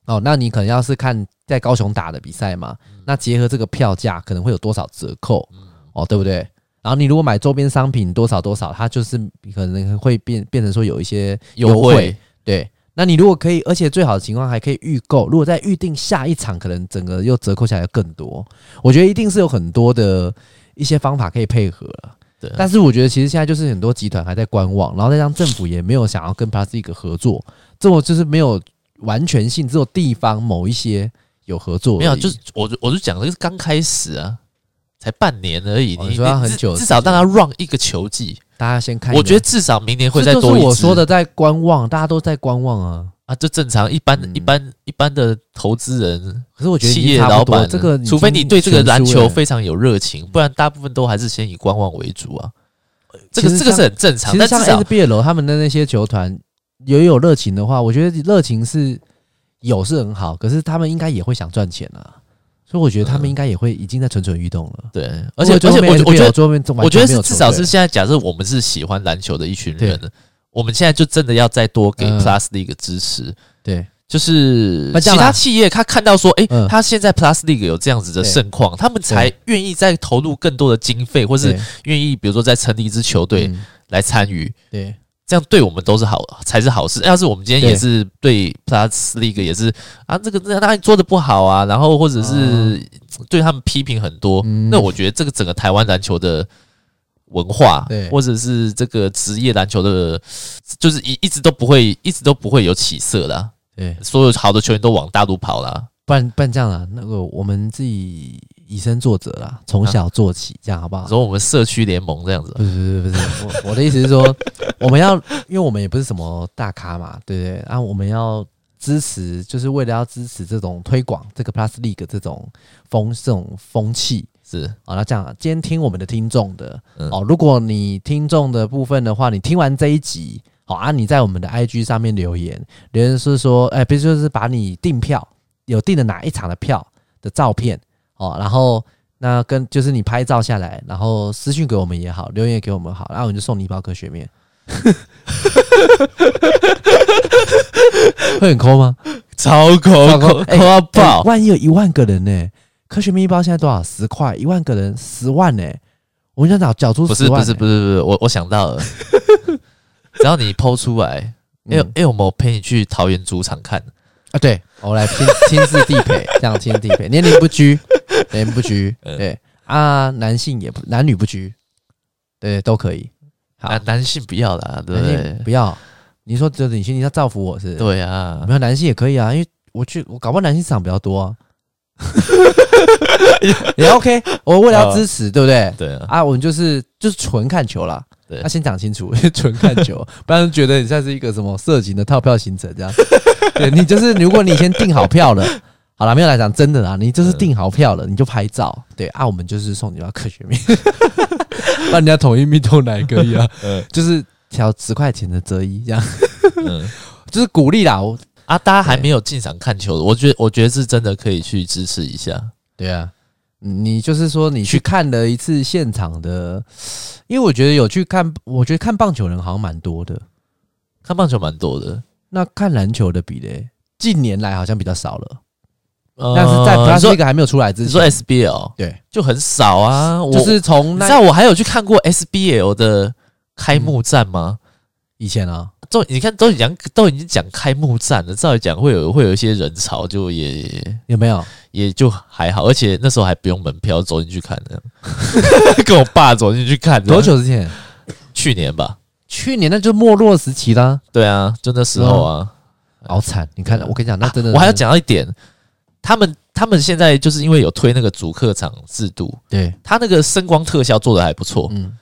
S2: 哦，那你可能要是看在高雄打的比赛嘛，
S1: 嗯
S2: 那结合这个票价可能会有多少折扣，哦，对不对？然后你如果买周边商品多少多少，它就是可能会变变成说有一些
S1: 优惠
S2: 对，那你如果可以，而且最好的情况还可以预购，如果在预定下一场，可能整个又折扣下来更多。我觉得一定是有很多的一些方法可以配合了。
S1: 对啊
S2: 但是我觉得其实现在就是很多集团还在观望，然后再让政府也没有想要跟 Plastic 合作，这种就是没有完全性，只有地方某一些有合作而已。
S1: 没有，就是我就我就讲这是刚开始啊，才半年而已。
S2: 哦
S1: 你
S2: 你说要很
S1: 至
S2: 久的
S1: 至
S2: 时
S1: 少让
S2: 间
S1: 他 run 一个球季，
S2: 大家先看一下，
S1: 我觉得至少明年会再
S2: 这就
S1: 多
S2: 是
S1: 一
S2: 我
S1: 支
S2: 说的在观望，大家都在观望啊。
S1: 啊，就正常一般、
S2: 嗯
S1: 一般一般的投资人、
S2: 可是我觉得已
S1: 企
S2: 经
S1: 业
S2: 差不
S1: 老
S2: 多
S1: 板，
S2: 这个已
S1: 除非
S2: 经
S1: 你对这个
S2: 全
S1: 篮
S2: 输
S1: 球
S2: 了
S1: 非常有热情，不然大部分都还是先以观望为主啊。这个
S2: 其实
S1: 这个
S2: 像
S1: 是很正常，
S2: 其实
S1: 但
S2: 像
S1: 至少
S2: SBL 他们的那些球团也有热情的话，我觉得热情是有是很好，可是他们应该也会想赚钱啊，所以我觉得他
S1: 嗯
S2: 们应该也会已经在蠢蠢欲动了。
S1: 对，而且而
S2: 如
S1: 且
S2: 果
S1: 我
S2: 最后面
S1: 我觉得我觉得
S2: SBL 最后面完全没
S1: 是
S2: 有
S1: 至少
S2: 球队
S1: 是现在，假设我们是喜欢篮球的一群
S2: 对
S1: 人，我们现在就真的要再多给
S2: 嗯
S1: Plus 的一个支持。
S2: 对
S1: 就是
S2: 那
S1: 其
S2: 这样啦
S1: 他企业，他看到说，诶，
S2: 嗯
S1: 他现在 Plus League 有这样子的盛况，他们才愿意再投入更多的经费，或是
S2: 对
S1: 愿意比如说再成立一支球队
S2: 嗯
S1: 来参与，
S2: 对
S1: 这样对我们都是好，才是好事。要是我们今天
S2: 对
S1: 也是对 Plus League 也是啊，这个那那你做的不好啊，然后或者是对他们批评很多，
S2: 啊嗯
S1: 那我觉得这个整个台湾篮球的文化
S2: 对，
S1: 或者是这个职业篮球的，就是一一直都不会，一直都不会有起色啦。
S2: 对，
S1: 所有好的球员都往大陆跑啦。
S2: 不然不然这样啦，那个我们自己以身作则啦，从小做起，这样好不好
S1: 你？啊说我们社区联盟这样子
S2: 不，是不是不是，我我的意思是说， 我们要，因为我们也不是什么大咖嘛，对不对？啊，我们要支持，就是为了要支持这种推广这个 Plus League 这种风这种风气
S1: 是
S2: 啊、哦。那这样啊，今天听我们的听众的、
S1: 嗯
S2: 哦，如果你听众的部分的话，你听完这一集，好、啊，你在我们的 IG 上面留言，留言是说，哎、比如就是把你订票有订的哪一场的票的照片哦，然后那跟就是你拍照下来，然后私讯给我们也好，留言也给我们好，然后我们就送你一包科学面。 会很抠吗？
S1: 超抠
S2: 超抠哎
S1: 到
S2: 哎！万一有一万个人呢、科学面一包现在多少？十块，一万个人十万呢、我们想找缴出
S1: 不
S2: 十
S1: 是不
S2: 万、哎
S1: 是不
S2: 是，
S1: 是不是，我我想 到了，只要你剖出来，哎
S2: 嗯、
S1: 呦哎，我们陪你去桃园主场看，
S2: 啊，对，我来亲 亲自地陪，这样亲自地陪，年龄不 拘，年龄不拘，
S1: 嗯
S2: 对啊，男性也不，男女不拘，对，都可以。好
S1: 啊，男性不要啦，对不
S2: 男性
S1: 对？
S2: 不要，你说就是你心里要造福我是？，
S1: 对啊
S2: 没，有男性也可以啊，因为我去我搞不好男性市场比较 多啊，也 OK。我为了
S1: 哦
S2: 要支持，对不对？
S1: 对啊，
S2: 啊，我们就是就是纯看球啦。
S1: 对
S2: 那、先讲清楚， 纯看球，不然觉得你像是一个什么色情的套票行程这样。对你就是，如果你先订好票了，好啦，没有来讲真的啦，你就是订好票了，你就拍照。对啊，我们就是送你到科学面， 不然你要统一命中哪也可以啊？
S1: 嗯
S2: 就是调十块钱的折一这样，
S1: 嗯
S2: 就是鼓励啦。我
S1: 啊，大家还没有进场看球的，我觉得我觉得是真的可以去支持一下，
S2: 对啊，你就是说你去看了一次现场的，因为我觉得有去看，我觉得看棒球人好像蛮多的。
S1: 看棒球蛮多的。
S2: 那看篮球的比嘞，近年来好像比较少了。
S1: 呃
S2: 但是在 Plus
S1: 你
S2: l
S1: 说
S2: e 还没有出来之
S1: 你说
S2: 前，
S1: SBL
S2: 对，
S1: 就很少啊，我
S2: 就是从
S1: 你知
S2: 那
S1: 道我还有去看过 SBL 的开幕战吗？
S2: 以前啊，
S1: 都你看都已经讲都已经讲开幕战了，照理讲会有会有一些人潮，就也
S2: 有没有？
S1: 也就还好，而且那时候还不用门票走进去看 的，跟我爸走进去看的。
S2: 多？久之前？
S1: 去年吧。
S2: 去年那就没落时期啦，
S1: 对啊，就那时候啊。
S2: 好惨！你啊看，我跟你哦讲，那真的是，
S1: 我还要讲到一点，他们他们现在就是因为有推那个主客场制度，
S2: 对，
S1: 他那个声光特效做的还不错。
S2: 嗯，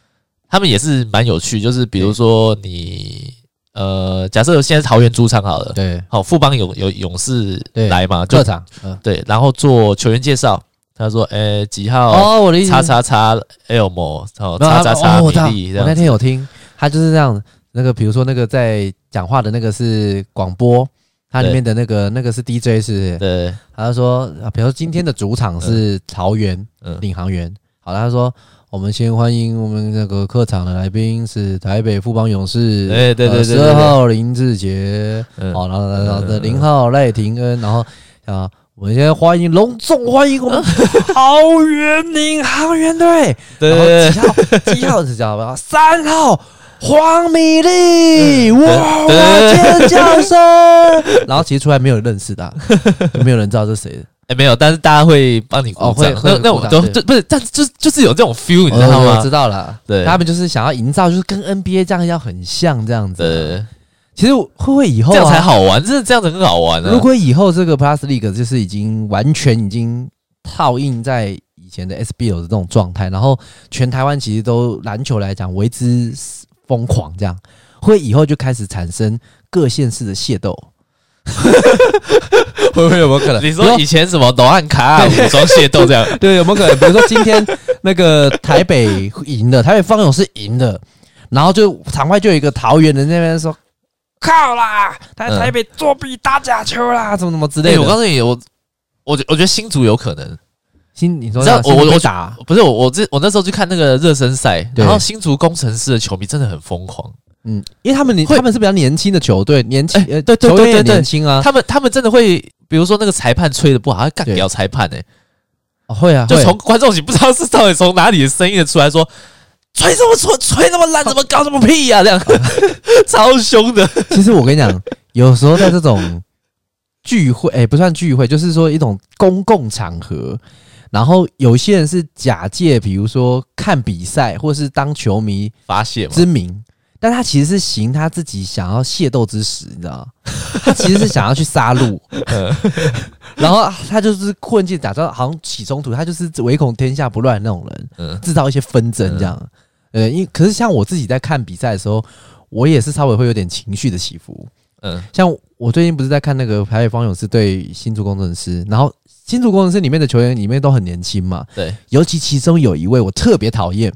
S1: 他们也是蛮有趣，就是比如说你呃，假设现在是桃园主场好了，
S2: 对，
S1: 好，富邦勇有勇士
S2: 对
S1: 来嘛，就
S2: 客场，嗯，
S1: 对，然后做球员介绍，他说，诶、几号
S2: 哦，我的意思
S1: 叉叉叉 Elmo，哦，
S2: 没有
S1: 叉
S2: 他
S1: 叉叉
S2: 哦
S1: 米
S2: 我知道
S1: 粒这
S2: 我那
S1: 样，
S2: 天有听，他就是这样，那个比如说那个在讲话的那个是广播，它里面的那个那个是 DJ 是不是，
S1: 对，
S2: 他就说，啊比如说今天的主场是桃园
S1: 嗯
S2: 领航员，好，他说我们先欢迎我们那个客场的来宾是台北富邦勇士，呃
S1: 哎对对对对
S2: 十二号林志杰，
S1: 嗯，
S2: 好，然后然后然后
S1: 嗯
S2: 这零号赖廷恩，然后啊，我们先欢迎隆重欢迎 我们桃园领航员队。
S1: 对
S2: 然后几号？几号是叫什么？三号黄米粒，哇！
S1: 嗯对
S2: 尖叫声。然后其实出来没有认识的啊、 就没有人知道这是谁。
S1: 哎、没有，但是大家会帮你鼓
S2: 哦
S1: 掌，
S2: 会会
S1: 那那
S2: 鼓
S1: 我
S2: 掌
S1: 都
S2: 对
S1: 就不是，但就就是有这种 feel，你知
S2: 哦
S1: 道
S2: 我
S1: 吗
S2: 知？道了，
S1: 对
S2: 他们就是想要营造，就是跟 NBA 这样要很像这样子。
S1: 对，
S2: 其实我会不会以后
S1: 这
S2: 啊
S1: 样才好玩，真的这样子很好玩啊！
S2: 如果以后这个 Plus League 就是已经完全已经套印在以前的 SBL 的这种状态，然后全台湾其实都篮球来讲为之疯狂，这样会以后就开始产生各县市的械斗， 会不会有没有可能
S1: 你说以前什么罗汉卡啊、武装械斗这 样，
S2: 对，有没有可能？比如说今天那个台北赢了，台北方勇是赢了，然后就场外就有一个桃园人在那边说：“靠啦，他在
S1: 嗯
S2: 台北作弊打假球啦，怎么怎么之类
S1: 对，
S2: 的。
S1: 哎我告诉你，我我觉我觉得新竹有可能，
S2: 新你说
S1: 你知道
S2: 那
S1: 我
S2: 新竹
S1: 我
S2: 被打，
S1: 不是我我这我那时候去看那个热身赛，
S2: 对
S1: 然后新竹工程师的球迷真的很疯狂，
S2: 嗯，因为他们年
S1: 会
S2: 他们是比较年轻的球队，年轻
S1: 哎
S2: 呃
S1: 对对
S2: 球
S1: 对
S2: 员也
S1: 对对
S2: 年轻啊，
S1: 他们他们真的会，比如说那个裁判吹的不好，他干
S2: 对
S1: 掉裁判哎、
S2: 哦会啊，
S1: 就
S2: 会
S1: 从观众席不知道是到底从哪里的声音出来说。 吹这么吹，吹那么烂，怎么搞这么屁啊呀、这样超凶的。
S2: 其实我跟你讲，有时候在这种聚会，哎、不算聚会，就是说一种公共场合，然后有些人是假借，比如说看比赛或是当球迷
S1: 发泄嘛，
S2: 之名，但他其实是行他自己想要械斗之实，你知道吗？他其实是想要去杀戮，然后他就是混进，假装好像起冲突，他就是唯恐天下不乱的那种人。
S1: 嗯，
S2: 制造一些纷争这样。呃，因可是像我自己在看比赛的时候，我也是稍微会有点情绪的起伏。
S1: 嗯
S2: 像我最近不是在看那个台北方勇士对新竹工程师，然后新竹工程师里面的球员里面都很年轻嘛，
S1: 对，
S2: 尤其其中有一位我特别讨厌，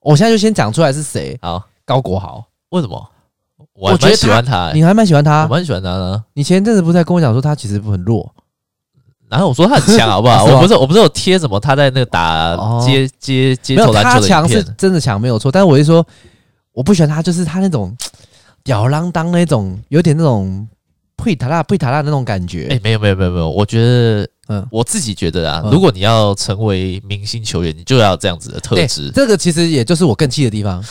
S2: 哦我现在就先讲出来是谁，
S1: 好，
S2: 高国豪，
S1: 为什么？我还
S2: 我觉得
S1: 蛮喜欢他、欸，
S2: 你啊还蛮喜欢他
S1: 我。蛮喜欢他的。啊
S2: 你前一阵子不是在跟我讲说他其实很弱，
S1: 然后我说他很强，好不好？
S2: 是吗
S1: 我不是我不是有贴什么他在那个打
S2: 哦
S1: 街街街
S2: 没有
S1: 头
S2: 他
S1: 篮球的
S2: 强
S1: 影
S2: 是
S1: 片，
S2: 真的强没有错，但是我是说我不喜欢他，就是他那种吊儿郎当那种，有点那种佩塔拉佩塔拉那种感觉。
S1: 哎、没有没有没有没有，我觉得
S2: 嗯，
S1: 我自己觉得啊，
S2: 嗯
S1: 如果你要成为明星球员，你就要这样子的特
S2: 对
S1: 质。
S2: 这个其实也就是我更气的 地方，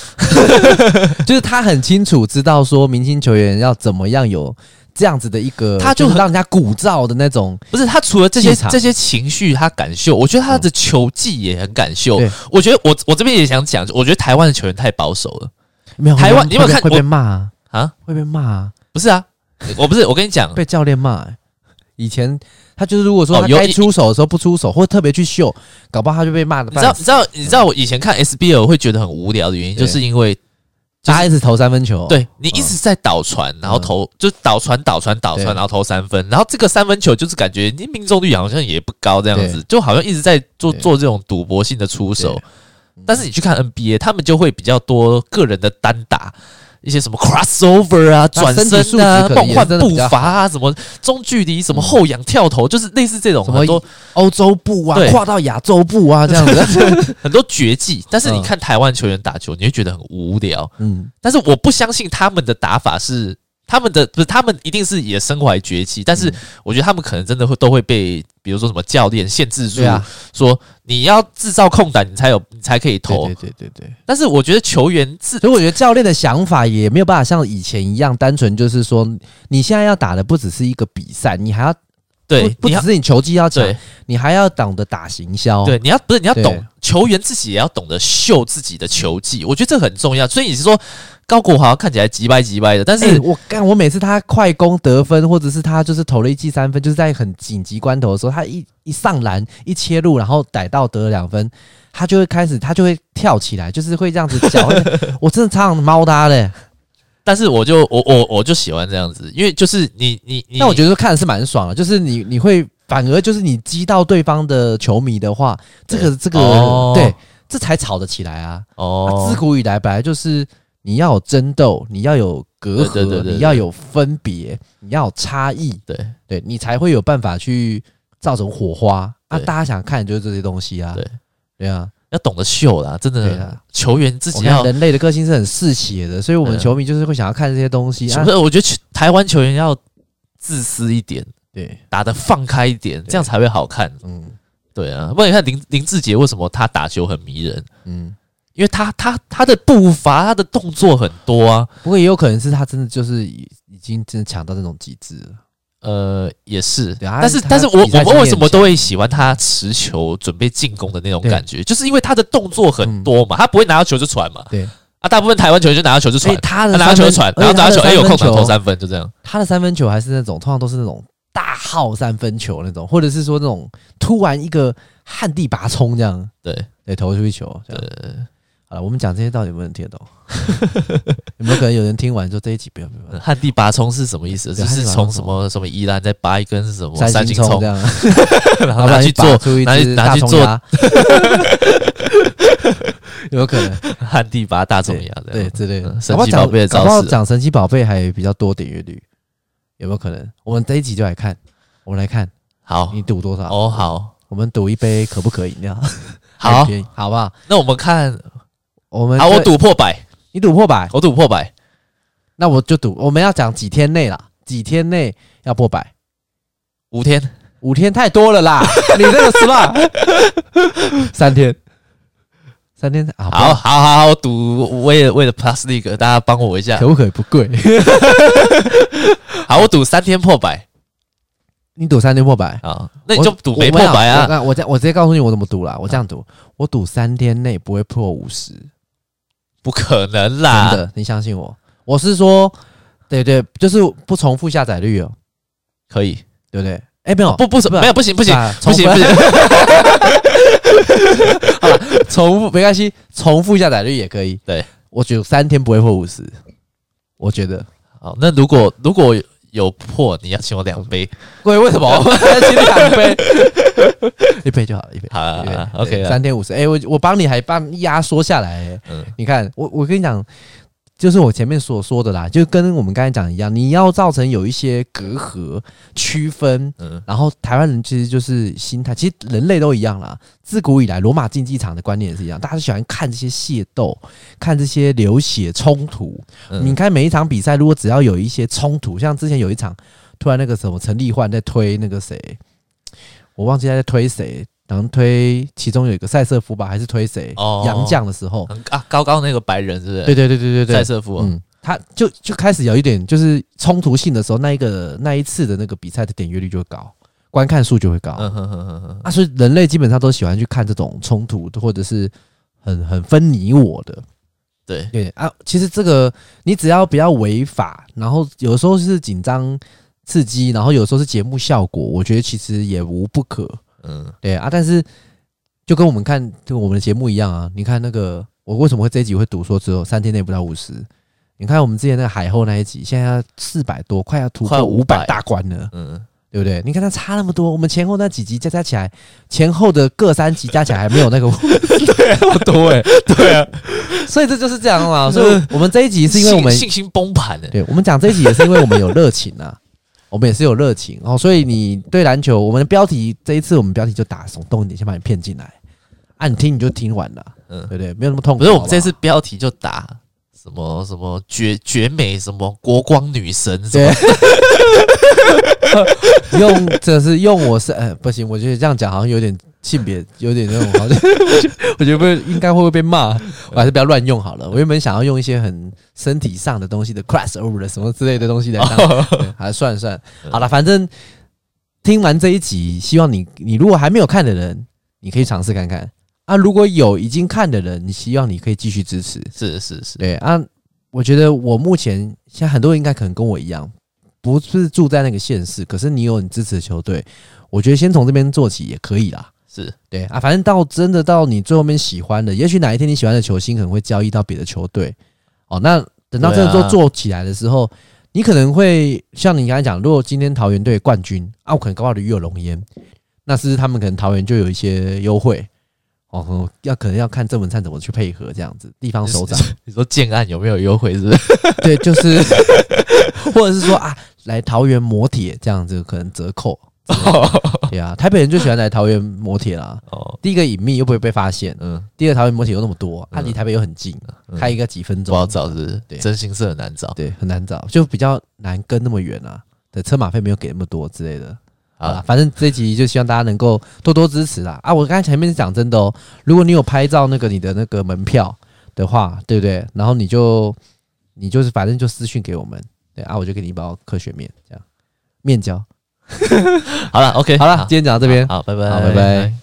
S2: 就是他很清楚知道说明星球员要怎么样有这样子的一个，
S1: 他就
S2: 就是
S1: 很
S2: 让人家鼓噪的那种。
S1: 不是他除了这些
S2: 气场
S1: 这些情绪，他敢秀，我觉得他的球技也很敢秀
S2: 嗯对。
S1: 我觉得我我这边也想讲，我觉得台湾的球员太保守了
S2: 没有
S1: 台湾
S2: 会被
S1: 你有没有看
S2: 会被
S1: 我
S2: 骂啊？
S1: 啊！
S2: 会被骂啊？
S1: 不是啊， 我不是我跟你 讲，
S2: 被教练骂欸。以前他就是如果
S1: 嗯
S2: 说
S1: 哦
S2: 他
S1: 有
S2: 该
S1: 一
S2: 出手的时候不出手，或特别去秀，搞不好他就被骂的
S1: 你知道
S2: 半死。
S1: 你知道你知道我以前看 SBL 会觉得很无聊的原因，
S2: 对
S1: 就是因为就是
S2: 他一直投三分球，
S1: 对你一直在倒传，然后投、就倒传倒传倒传，
S2: 嗯对
S1: 然后投三分，然后这个三分球就是感觉你命中率好像也不高，这样子
S2: 对
S1: 就好像一直在做
S2: 对
S1: 做这种赌博性的出手
S2: 对。
S1: 但是你去看 NBA，他们就会比较多个人的单打。一些什么 crossover 啊、
S2: 他
S1: 转
S2: 身体素
S1: 身
S2: 质
S1: 啊、
S2: 可能
S1: 梦
S2: 也
S1: 幻
S2: 真的
S1: 步
S2: 比较
S1: 伐啊、什么中距离、什么
S2: 嗯
S1: 后仰跳投，就是类似这种
S2: 什么
S1: 很多
S2: 欧洲步啊，
S1: 对
S2: 跨到亚洲步啊，这 样子。
S1: 很多绝技。但是你
S2: 嗯
S1: 看台湾球员打球，你会觉得很无聊。
S2: 嗯，
S1: 但是我不相信他们的打法是他们的，不是他们一定是也身怀绝技，但
S2: 嗯
S1: 是我觉得他们可能真的会都会被，比如说什么教练限制住，
S2: 对啊
S1: 说你要制造空档，你才有你才可以投。
S2: 对对对对对。
S1: 但是我觉得球员自
S2: 所以我觉得教练的想法也没有办法像以前一样，单纯就是说，你现在要打的不只是一个比赛，你还要
S1: 对
S2: 不不
S1: 你
S2: 只
S1: 要
S2: 是你球技要强
S1: 对，
S2: 你还要懂得打行销。
S1: 对，你要不是你要
S2: 对
S1: 懂球员自己也要懂得秀自己的球技，我觉得这很重要。所以你是说高国豪看起来急掰急掰的，但
S2: 哎，
S1: 是
S2: 我干，我每次他快攻得分，或者是他就是投了一记三分，就是在很紧急关头的时候，他一一上篮一切入，然后逮到得了两分，他就会开始，他就会跳起来，就是会这样子脚会， 我真的欸常常猫他嘞。
S1: 但是我就我我我就喜欢这样子，因为就是你你你，
S2: 但我觉
S1: 得
S2: 得说看的是蛮爽的，就是你你会反而就是你击到对方的球迷的话，这个这个、
S1: 哦
S2: 对，这才吵得起来啊！啊
S1: 哦
S2: 自，古以来本来就是你要有争斗，你要有隔阂，
S1: 对对对对对
S2: 你要有分别，你要有差异，
S1: 对
S2: 对你才会有办法去造成火花啊！
S1: 对
S2: 大家想看的就是这些东西啊，
S1: 对
S2: 对啊，
S1: 要懂得秀啦，真
S2: 对
S1: 的，
S2: 啊
S1: 球员自
S2: 我
S1: 己
S2: 看
S1: 要。
S2: 人类的个性是很嗜血的，所以我们
S1: 嗯
S2: 球迷就是会想要看这些东西啊
S1: 不，是，我觉得球台湾球员要自私一点，
S2: 对，
S1: 打得放开一点，这样才会好看。
S2: 嗯
S1: 对啊，不然你看林林志杰为什么他打球很迷人？
S2: 嗯。
S1: 因为他他他的步伐、他的动作很多啊。
S2: 不过也有可能是他真的就是已已经真的强到这种极致了。
S1: 呃，也是，
S2: 对啊
S1: 但是
S2: 他
S1: 但是我
S2: 比赛
S1: 我
S2: 经
S1: 们
S2: 验
S1: 为什么
S2: 强
S1: 都会喜欢他持球准备进攻的那种
S2: 对嗯
S1: 感觉？就是因为他的动作很多嘛，他不会拿到球就传嘛。
S2: 对
S1: 啊，大部分台湾球员就拿到球就
S2: 所
S1: 传
S2: 以，他
S1: 他
S2: 的
S1: 拿到球就
S2: 分
S1: 传，
S2: 而
S1: 然后
S2: 且
S1: 拿到球，哎，有空档投
S2: 球，
S1: 三分，就这样。
S2: 他的三分球还是那种通常都是那种大号三分球那种，或者是说那种突然一个旱地拔葱这样，
S1: 对，
S2: 对，投出去球。这样好了，我们讲这些到底有没有人听得懂？ 有没有可能有人听完说这一集不要不要不要？
S1: 旱地拔葱是什么意思？就
S2: 对
S1: 是
S2: 旱地拔
S1: 从
S2: 葱
S1: 什么什么宜兰再拔一根什么
S2: 三
S1: 星
S2: 星
S1: 葱
S2: 这， 样，
S1: 然
S2: 然
S1: 后
S2: 后
S1: 拿去做
S2: 出一
S1: 拿去
S2: 只
S1: 拿
S2: 大
S1: 去
S2: 葱
S1: 做
S2: 鸭，有可能
S1: 旱地拔大种牙这
S2: 对
S1: 样。
S2: 之类的
S1: 嗯。
S2: 搞不
S1: 神
S2: 好
S1: 奇
S2: 讲
S1: 宝贝的
S2: 搞不
S1: 招
S2: 好
S1: 式
S2: 讲神奇宝贝还比较多点阅率，有没有可能？我们这一集就来看，我们来看
S1: 好
S2: 你，赌多少？
S1: 哦，好，
S2: 我们赌一杯可不可 饮料？
S1: 好
S2: 很，便宜，好不好？
S1: 那我们看，
S2: 我们
S1: 好，我
S2: 这
S1: 赌破百，
S2: 你赌破百，
S1: 我赌破百，
S2: 那我就赌。我们要讲几天内啦，几天内要破百，
S1: 五天，
S2: 五天太多了 啦，你这个 slot 三天，三天啊，不
S1: 好
S2: 要，
S1: 好好好，我赌为了为了 Plus League，大家帮我一下
S2: 可，不可以不贵？
S1: 好，我赌三天破百
S2: 你赌三天破百，
S1: 啊，那你
S2: 我
S1: 就赌没
S2: 我
S1: 破百
S2: 我
S1: 啊，
S2: 那我这我直接告诉你我怎么赌啦，我这样赌，我赌三天内不会破五十，
S1: 不可能
S2: 真
S1: 啦，
S2: 的，你相信我。我是说，对对，就是不重复下载率哦，
S1: 可以，
S2: 对不对？哎，没有，
S1: 不不是
S2: 不
S1: 没有不行不行
S2: 啊
S1: 不行
S2: 重
S1: 不
S2: 复
S1: 行，
S2: 重复没关系，重复下载率也可以。
S1: 对，
S2: 我觉得三天不会破五十，我觉得。
S1: 好，那如果如果有破，你要请我两杯，
S2: 喂，为什么？ 我请你两杯， 一杯就好了，一杯。
S1: 好啊
S2: 一杯
S1: 好啊
S2: 对
S1: OK 啦
S2: 三天五十。哎，我我帮你还帮压缩下来、哎
S1: 嗯
S2: 你看，我我跟你讲，就是我前面所说的啦，就跟我们刚才讲一样，你要造成有一些隔阂、区分。
S1: 嗯，
S2: 然后台湾人其实就是心态，其实人类都一样啦。自古以来，罗马竞技场的观念也是一样，大家喜欢看这些械斗，看这些流血冲突。
S1: 嗯
S2: 你看每一场比赛，如果只要有一些冲突，像之前有一场，突然那个什么陈立焕在推那个谁，我忘记他在推谁，然后推其中有一个塞瑟夫吧，还是推谁
S1: 哦
S2: 杨将的时候，
S1: 很啊高高那个白人是不是？
S2: 对对对对对对，
S1: 塞瑟夫哦，
S2: 嗯，他就就开始有一点就是冲突性的时候，那一个那一次的那个比赛的点阅率就会高，观看数就会高。
S1: 嗯哼哼哼哼，
S2: 啊，所以人类基本上都喜欢去看这种冲突或者是很很分你我的。
S1: 对，
S2: 对啊，其实这个你只要不要违法，然后有时候是紧张刺激，然后有时候是节目效果，我觉得其实也无不可。
S1: 嗯，
S2: 对啊，但是就跟我们看就我们的节目一样啊，你看那个我为什么会这一集会赌说只有三天内不到五十？你看我们之前那个海后那一集，现在四百多，快要突
S1: 快
S2: 破五
S1: 500
S2: 百大关了，
S1: 嗯，
S2: 对不对？你看它差那么多，我们前后那几集加加起来，前后的各三集加起来还没有那个 那么多哎、
S1: 对啊，
S2: 所以这就是这样啦。所以我们这一集是因为我 们
S1: 信信心崩盘欸的，
S2: 对，我们讲这一集也是因为我们有热情啊，我们也是有热情哦，所以你对篮球，我们的标题这一次我们标题就打耸动一点，先把你骗进来啊，你听你就听完了，
S1: 嗯
S2: 对不对？没有那么痛苦。
S1: 不是我们
S2: 好好
S1: 这次标题就打什么什么绝绝美什么国光女神什么，
S2: 对。用这是用我是呃不行，我觉得这样讲好像有点性别，有点那种好像， 我觉得不会应该会不会被骂，我还是不要乱用好了。我原本想要用一些很身体上的东西的 cross over 的什么之类的东西来当， 对还是算了算了好了，反正听完这一集，希望你你如果还没有看的人，你可以尝试看看啊。如果有已经看的人，你希望你可以继续支持，
S1: 是是是，
S2: 对啊，我觉得我目前现在很多人应该可能跟我一样，不是住在那个县市，可是你有你支持的球队，我觉得先从这边做起也可以啦。
S1: 是
S2: 对啊，反正到真的到你最后面喜欢的，也许哪一天你喜欢的球星可能会交易到别的球队，哦，那等到真的
S1: 对
S2: 做
S1: 啊
S2: 做起来的时候，你可能会像你刚才讲，如果今天桃园队冠军啊，我可能搞不好鱼有龙烟，那是不是他们可能桃园就有一些优惠？哦，可能要可能要看郑文灿怎么去配合这样子，地方首长。
S1: 你说建案有没有优惠？是不 是？
S2: 对，就是，或者是说啊，来桃园磨铁这样子可能折扣，对啊，台北人就喜欢来桃园磨铁啦。
S1: 哦，
S2: 第一个隐秘又不会被发现，
S1: 嗯，
S2: 第二桃园磨铁又那么多，啊，
S1: 嗯
S2: 离台北又很近，
S1: 嗯
S2: 开一个几分
S1: 不好
S2: 钟，
S1: 找是不是？
S2: 对
S1: 真心社很难找。
S2: 对，很难找，就比较难跟那么远啊。对，车马费没有给那么多之类的。
S1: 好
S2: 好啦，
S1: 了，
S2: 反正这一集就希望大家能够多多支持啦。啊，我刚才前面是讲真的哦，如果你有拍照那个你的那个门票的话，对不对？然后你就你就是反正就私讯给我们，对啊，我就给你一包科学面，这样面交。
S1: 好了，OK，
S2: 嗯好了，今天讲到这边，
S1: 好，拜拜，
S2: 好拜拜。